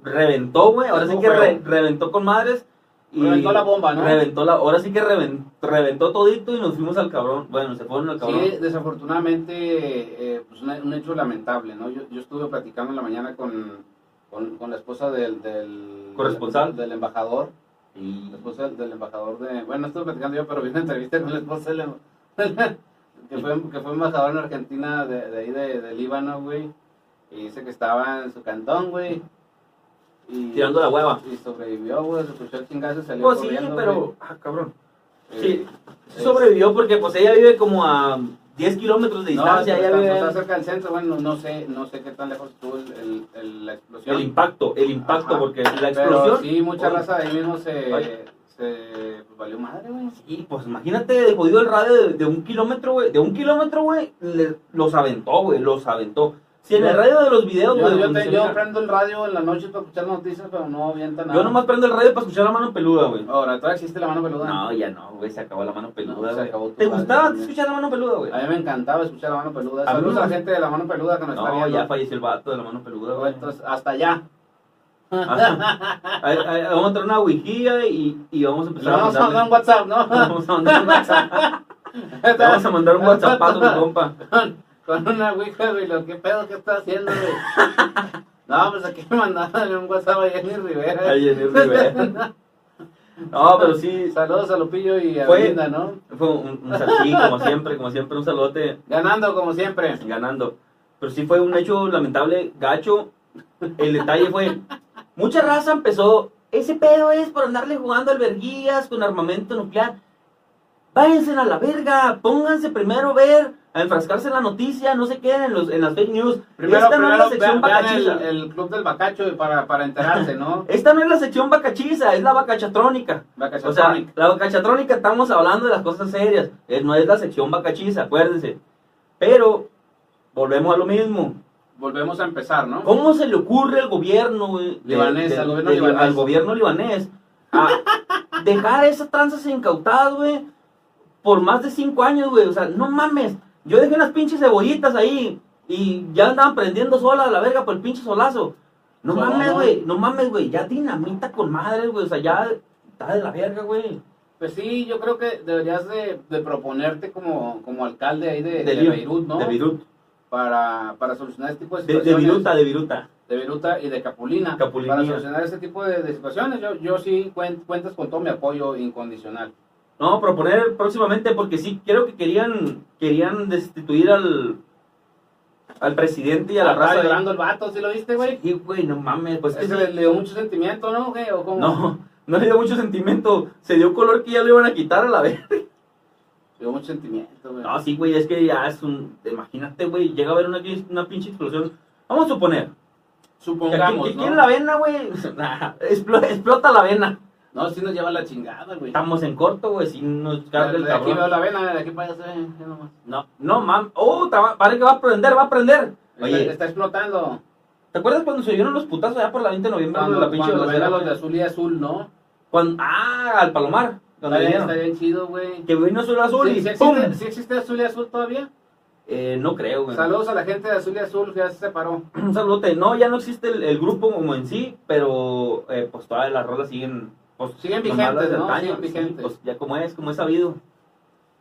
Speaker 2: reventó, güey, ahora sí
Speaker 3: Estuvo
Speaker 2: que re-
Speaker 3: feo.
Speaker 2: reventó con madres, y
Speaker 3: Reventó la bomba, ¿no?
Speaker 2: Reventó la, ahora sí que reven- reventó todito y nos fuimos al cabrón. Bueno, se fueron al cabrón.
Speaker 3: Sí, desafortunadamente, eh, pues un, un hecho lamentable, ¿no? Yo, yo estuve platicando en la mañana con, con, con la esposa del, del...
Speaker 2: Corresponsal.
Speaker 3: Del embajador,
Speaker 2: Y- pues,
Speaker 3: la esposa del, del embajador de... Bueno, no estuve platicando yo, pero vi una entrevista con la esposa del... em-, que, fue, que fue embajador en Argentina, de, de ahí, de, de Líbano, güey. Y dice que estaba en su cantón, güey. Y,
Speaker 2: Tirando la hueva.
Speaker 3: Y sobrevivió, güey, se escuchó el chingazo y salió
Speaker 2: Pues sí,
Speaker 3: corriendo, güey.
Speaker 2: pero. Ah, cabrón.
Speaker 3: Eh,
Speaker 2: Sí, sí sobrevivió porque pues ella vive como a 10 kilómetros de
Speaker 3: No,
Speaker 2: distancia.
Speaker 3: pero está-
Speaker 2: ella vive-
Speaker 3: está cerca del centro, bueno, no sé, no sé qué tan lejos estuvo el, el- el- la explosión.
Speaker 2: el impacto, el impacto,
Speaker 3: Ajá.
Speaker 2: porque la
Speaker 3: Pero
Speaker 2: explosión.
Speaker 3: sí, mucha
Speaker 2: Oye,
Speaker 3: raza de ahí mismo se,
Speaker 2: Oye.
Speaker 3: se pues, valió madre, güey.
Speaker 2: Y pues imagínate, de jodido el radio de, de un kilómetro, güey. De un kilómetro, güey, le- los aventó, güey, los aventó. Si en
Speaker 3: Yo-
Speaker 2: el radio de los videos,
Speaker 3: Yo,
Speaker 2: güey,
Speaker 3: yo
Speaker 2: donde
Speaker 3: te-
Speaker 2: se
Speaker 3: yo
Speaker 2: mira-
Speaker 3: prendo el radio en la noche para escuchar noticias, pero no avienta nada.
Speaker 2: yo nomás prendo el radio para escuchar la mano peluda, güey.
Speaker 3: Ahora, todavía existe la mano peluda.
Speaker 2: No, ya no, güey, se acabó la mano
Speaker 3: No,
Speaker 2: peluda,
Speaker 3: se
Speaker 2: güey.
Speaker 3: acabó tu
Speaker 2: ¿Te
Speaker 3: radio
Speaker 2: gustaba
Speaker 3: también.
Speaker 2: escuchar la mano peluda, güey?
Speaker 3: A mí me encantaba escuchar la mano peluda.
Speaker 2: A mí
Speaker 3: Saludos
Speaker 2: me-
Speaker 3: a la gente de la mano peluda que nos está
Speaker 2: No,
Speaker 3: viendo.
Speaker 2: ya falleció el vato de la mano peluda, güey.
Speaker 3: Entonces, hasta allá.
Speaker 2: Ah, ahí- ahí- Vamos a traer una wikilla y, y vamos a empezar
Speaker 3: Pero vamos a mandar un WhatsApp, ¿no?
Speaker 2: Vamos a mandar un WhatsApp. Le Vamos a mandar un WhatsApp a mi compa.
Speaker 3: Con una ouija, güey, lo que pedo que está haciendo, güey. No, pues aquí me mandaron un WhatsApp a Jenny Rivera.
Speaker 2: A Jenny Rivera. No, pero sí,
Speaker 3: Saludos a Lupillo y a
Speaker 2: Fue-
Speaker 3: Belinda, ¿no?
Speaker 2: fue un, un sal- sí, como siempre, como siempre, un saludote
Speaker 3: Ganando como siempre.
Speaker 2: ganando. Pero sí fue un hecho lamentable, gacho. El detalle fue, mucha raza empezó, ese pedo es por andarle jugando alberguías con armamento nuclear. Váyanse a la verga, pónganse primero a ver, a enfrascarse en la noticia, no se queden en, los, en las fake news.
Speaker 3: Primero,
Speaker 2: Esta no es
Speaker 3: primero
Speaker 2: la
Speaker 3: vean,
Speaker 2: sección
Speaker 3: vean el,
Speaker 2: bacachila.
Speaker 3: el club del bacacho y para, para enterarse, ¿no?
Speaker 2: Esta no es la sección bacachiza, es la bacachatrónica. O sea,
Speaker 3: Bacachatonic.
Speaker 2: la bacachatrónica estamos hablando de las cosas serias. eh, No es la sección bacachiza, acuérdense. Pero, volvemos a lo mismo.
Speaker 3: Volvemos a empezar, ¿no?
Speaker 2: ¿Cómo se le ocurre al gobierno güey, de-
Speaker 3: Libanés,
Speaker 2: de-
Speaker 3: al gobierno
Speaker 2: de-
Speaker 3: libanés.
Speaker 2: al gobierno libanés, a dejar esas tranzas incautadas, güey, por más de cinco años, güey? O sea, no mames. Yo dejé unas pinches cebollitas ahí y ya andaban prendiendo sola a la verga por el pinche solazo. No
Speaker 3: Solón.
Speaker 2: mames, güey, no mames, güey. Ya dinamita con madres, güey. O sea, ya está de la verga, güey.
Speaker 3: Pues sí, yo creo que deberías de, de proponerte como, como alcalde ahí de, de,
Speaker 2: Lío.
Speaker 3: Beirut, ¿no?
Speaker 2: De Beirut.
Speaker 3: Para, para solucionar este tipo de
Speaker 2: De, de
Speaker 3: situaciones.
Speaker 2: Viruta, de Viruta.
Speaker 3: de Beruta y de Capulina
Speaker 2: Capulina.
Speaker 3: para solucionar ese tipo de, de situaciones. Yo, yo sí cuen- cuentas con todo mi apoyo incondicional.
Speaker 2: No, proponer próximamente porque sí, creo que querían querían destituir al al presidente y a la
Speaker 3: Estaba
Speaker 2: raza.
Speaker 3: llorando el vato, ¿sí lo viste, güey?
Speaker 2: Y güey, no mames, pues que
Speaker 3: Ese
Speaker 2: sí.
Speaker 3: le, le dio mucho sentimiento, ¿no, güey? ¿O cómo?
Speaker 2: no, no le dio mucho sentimiento, se dio color que ya le iban a quitar a la vez.
Speaker 3: Le dio mucho sentimiento, güey.
Speaker 2: No, sí, güey, es que ya es un imagínate, güey, llega a haber una, una pinche explosión. Vamos a suponer, que aquí-
Speaker 3: Supongamos,
Speaker 2: que
Speaker 3: ¿no?
Speaker 2: quiere la vena, güey, explo- explota la vena.
Speaker 3: No, sí nos lleva la chingada, güey.
Speaker 2: Estamos en corto, güey, si nos carga el
Speaker 3: de aquí veo
Speaker 2: cabrón.
Speaker 3: la vena, de aquí para allá se ve, ya nomás.
Speaker 2: No, no mames. Oh, te va- parece que va a prender, va a prender.
Speaker 3: Está,
Speaker 2: Oye,
Speaker 3: está explotando.
Speaker 2: ¿Te acuerdas cuando se vieron los putazos allá por la 20 de noviembre?
Speaker 3: Cuando,
Speaker 2: de la pinche
Speaker 3: cuando ven
Speaker 2: balacera?
Speaker 3: a los de azul y azul, ¿no?
Speaker 2: Cuando- ah, al Palomar.
Speaker 3: Está
Speaker 2: Cuando
Speaker 3: bien,
Speaker 2: vinieron.
Speaker 3: está bien chido, güey.
Speaker 2: Que vino azul azul
Speaker 3: Sí,
Speaker 2: y
Speaker 3: sí
Speaker 2: ¡pum!
Speaker 3: existe, sí existe azul y azul todavía?
Speaker 2: Eh, no creo, güey.
Speaker 3: Saludos a la gente de azul y azul, que ya se separó.
Speaker 2: Un saludote. No, ya no existe el, el grupo como en sí, pero eh, pues todas las rolas siguen. Pues,
Speaker 3: Siguen
Speaker 2: nomás las
Speaker 3: vigentes,
Speaker 2: de
Speaker 3: ¿no?
Speaker 2: antaño,
Speaker 3: Siguen
Speaker 2: sí,
Speaker 3: vigentes.
Speaker 2: pues ya como es, como es sabido.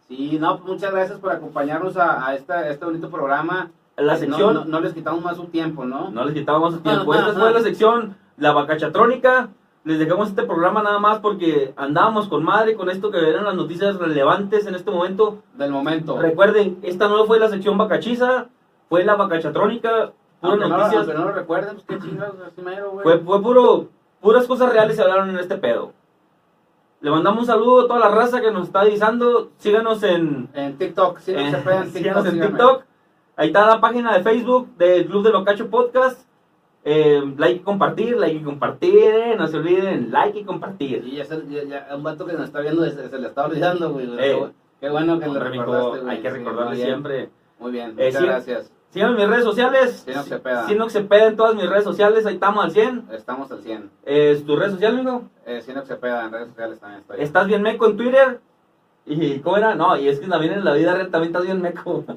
Speaker 3: Sí, no, pues, muchas gracias por acompañarnos a, a esta, a este bonito programa. Eh,
Speaker 2: La
Speaker 3: No-
Speaker 2: sección,
Speaker 3: No,
Speaker 2: no,
Speaker 3: no les quitamos más su tiempo, ¿no?
Speaker 2: les quitábamos su tiempo. Esta fue la sección, la vacachatrónica. Les dejamos este programa nada más porque andábamos con madre con esto que eran las noticias relevantes en este momento.
Speaker 3: Del momento.
Speaker 2: Recuerden, esta no fue la sección bacachiza, fue la bacachatrónica, puras
Speaker 3: Aunque no,
Speaker 2: noticias,
Speaker 3: aunque no lo recuerden, pues qué chingados, así mero, güey.
Speaker 2: fue, fue puro, puras cosas reales se hablaron en este pedo. Le mandamos un saludo a toda la raza que nos está avisando, síganos en,
Speaker 3: En TikTok, sí,
Speaker 2: eh,
Speaker 3: se fue en TikTok.
Speaker 2: síganos en
Speaker 3: síganme.
Speaker 2: TikTok, ahí está la página de Facebook del Club de Locacho Podcast, Eh, like y compartir, like y compartir, eh, no se olviden, like y compartir.
Speaker 3: Y ya, se- ya- ya, un vato que nos está viendo se, se le está olvidando, güey.
Speaker 2: Eh.
Speaker 3: Qué bu- Qué bueno que le
Speaker 2: Hombre, mijo,
Speaker 3: recordaste, güey.
Speaker 2: hay que
Speaker 3: Sí,
Speaker 2: recordarle
Speaker 3: muy bien,
Speaker 2: siempre.
Speaker 3: Muy bien,
Speaker 2: Eh,
Speaker 3: muchas
Speaker 2: sí.
Speaker 3: gracias.
Speaker 2: Síganme en mis redes sociales.
Speaker 3: Sinox Cepeda.
Speaker 2: Sinox Cepeda en todas mis redes sociales, ahí estamos al 100.
Speaker 3: Estamos al 100.
Speaker 2: Es tu red social, amigo.
Speaker 3: Eh, Sinox Cepeda, en redes sociales también estoy.
Speaker 2: Estás bien meco en Twitter. ¿Y cómo era? No, y es que también en la vida real también estás bien meco.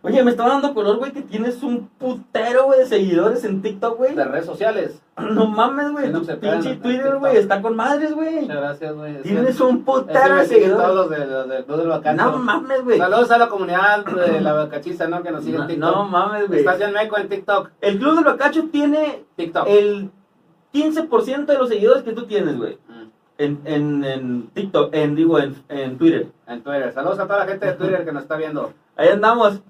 Speaker 2: Oye, me estaba dando color, güey, que tienes un putero, güey, de seguidores en TikTok, güey.
Speaker 3: De redes sociales.
Speaker 2: No mames,
Speaker 3: Que
Speaker 2: güey.
Speaker 3: no
Speaker 2: Tu
Speaker 3: se pegan
Speaker 2: pinche
Speaker 3: en
Speaker 2: Twitter,
Speaker 3: TikTok.
Speaker 2: güey, está con madres, güey.
Speaker 3: Muchas gracias, güey. Es
Speaker 2: Tienes
Speaker 3: que- es
Speaker 2: un
Speaker 3: que
Speaker 2: putero
Speaker 3: me
Speaker 2: de
Speaker 3: siguen todos
Speaker 2: seguidores.
Speaker 3: los de, los de, los del Bacanto.
Speaker 2: No mames, güey.
Speaker 3: Saludos a la comunidad de la Bacachiza, ¿no? Que nos sigue en
Speaker 2: No,
Speaker 3: TikTok.
Speaker 2: no mames, güey.
Speaker 3: Estación Meco en TikTok.
Speaker 2: El Club del Bacacho tiene
Speaker 3: TikTok.
Speaker 2: el 15% de los seguidores que tú tienes, güey.
Speaker 3: Mm,
Speaker 2: En, en, en TikTok, en, digo, en, en Twitter.
Speaker 3: En Twitter. Saludos a toda la gente de Twitter que nos está viendo.
Speaker 2: Ahí andamos.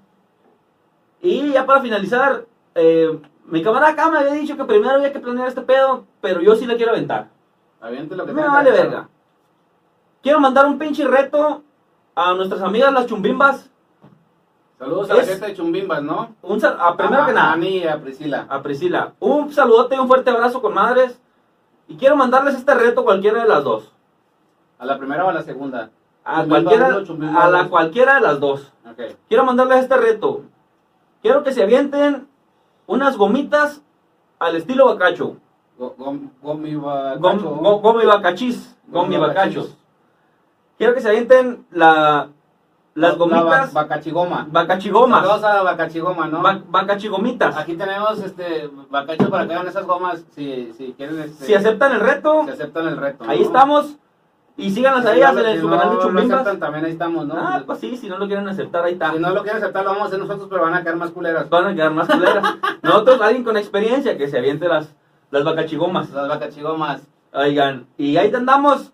Speaker 2: Y ya para finalizar, eh, mi camarada acá me había dicho que primero había que planear este pedo, pero yo sí le quiero aventar.
Speaker 3: Aviente lo que
Speaker 2: Me
Speaker 3: tenga
Speaker 2: vale
Speaker 3: que hacer.
Speaker 2: verga. Quiero mandar un pinche reto a nuestras amigas las chumbimbas.
Speaker 3: Saludos a la
Speaker 2: Es-
Speaker 3: gente de Chumbimbas, ¿no?
Speaker 2: Un sal- a, primero
Speaker 3: a,
Speaker 2: que nada,
Speaker 3: A mí y a Priscila.
Speaker 2: a Priscila. Un saludote y un fuerte abrazo con madres. Y quiero mandarles este reto a cualquiera de las dos.
Speaker 3: ¿A la primera o a la segunda? Chumbimba
Speaker 2: A
Speaker 3: uno,
Speaker 2: cualquiera,
Speaker 3: Chumbimba
Speaker 2: a la
Speaker 3: dos.
Speaker 2: cualquiera de las dos.
Speaker 3: Ok.
Speaker 2: Quiero mandarles este reto. Quiero que se avienten unas gomitas al estilo bacacho.
Speaker 3: Go- gom- Gomi Bacacho.
Speaker 2: Gom- go- Gomi bacachis. Gomi bacachos. Quiero que se avienten la, las gomitas.
Speaker 3: La ba- bacachigoma. Saludos
Speaker 2: Bacachigomas.
Speaker 3: a la bacachigoma, ¿no?
Speaker 2: Ba- Bacachigomitas.
Speaker 3: Aquí tenemos este bacacho para que hagan esas gomas si, si quieren este,
Speaker 2: Si aceptan el reto,
Speaker 3: si aceptan el reto.
Speaker 2: ahí
Speaker 3: ¿no?
Speaker 2: estamos. Y síganlas a
Speaker 3: Si
Speaker 2: ellas
Speaker 3: no,
Speaker 2: en
Speaker 3: si
Speaker 2: su canal
Speaker 3: no
Speaker 2: de
Speaker 3: lo
Speaker 2: Chumbimbas.
Speaker 3: aceptan, también ahí estamos, ¿no?
Speaker 2: Ah, pues sí, si no lo quieren aceptar, ahí está.
Speaker 3: si no lo quieren aceptar, lo vamos a hacer nosotros, pero van a quedar más culeras.
Speaker 2: Van a quedar más culeras. Nosotros, alguien con experiencia, que se aviente las, las bacachigomas.
Speaker 3: Las bacachigomas.
Speaker 2: Oigan, y ahí andamos.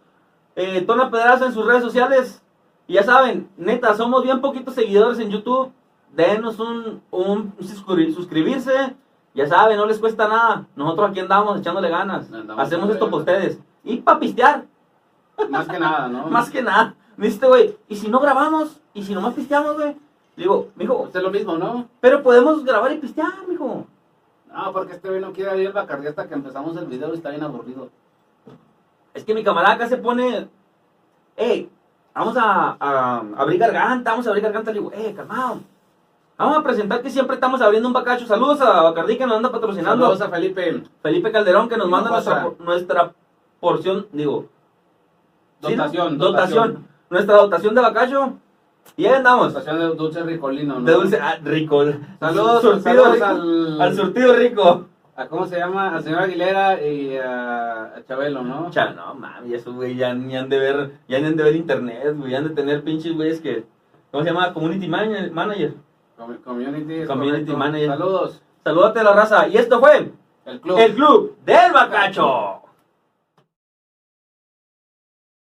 Speaker 2: Eh, Tona Pedraza en sus redes sociales. Y ya saben, neta, somos bien poquitos seguidores en YouTube. Denos un, un suscri- suscribirse. Ya saben, no les cuesta nada. Nosotros aquí andamos echándole ganas.
Speaker 3: Andamos
Speaker 2: Hacemos
Speaker 3: echándole
Speaker 2: esto por
Speaker 3: ganas.
Speaker 2: ustedes. Y para pistear,
Speaker 3: Más que nada, ¿no?
Speaker 2: más que nada. Me dice, este güey, ¿y si no grabamos? ¿Y si nomás pisteamos, güey? Le digo, mijo,
Speaker 3: Usted lo mismo, ¿no?
Speaker 2: pero podemos grabar y pistear, mijo.
Speaker 3: No, porque este güey no quiere abrir el bacardí hasta que empezamos el video y está bien aburrido.
Speaker 2: Es que mi camarada acá se pone, hey, vamos a, a abrir garganta, vamos a abrir garganta. Le digo, hey, calmado. Vamos a presentar que siempre estamos abriendo un bacacho. Saludos a Bacardí que nos anda patrocinando.
Speaker 3: Saludos a Felipe.
Speaker 2: Felipe Calderón que nos
Speaker 3: Y
Speaker 2: manda
Speaker 3: Mocosa.
Speaker 2: nuestra, nuestra porción, digo, ¿sí, no?
Speaker 3: Dotación.
Speaker 2: dotación. Nuestra dotación de bacacho. Y ahí andamos.
Speaker 3: Dotación de dulce ricolino, ¿no?
Speaker 2: De dulce, ah, rico.
Speaker 3: Saludos,
Speaker 2: Surtido
Speaker 3: saludos
Speaker 2: rico.
Speaker 3: al-
Speaker 2: al surtido rico.
Speaker 3: ¿A ¿Cómo se llama? A señora Aguilera y a, a Chabelo, ¿no?
Speaker 2: Cha, no mami, eso güey, ya ni han de ver, ya ni han de ver internet, güey, ya han de tener pinches güeyes que. ¿Cómo se llama? Community man- manager.
Speaker 3: Com- Community. es
Speaker 2: Community
Speaker 3: correcto.
Speaker 2: manager.
Speaker 3: Saludos.
Speaker 2: Saludate a la raza. Y esto fue
Speaker 3: El club.
Speaker 2: el Club del Bacacho.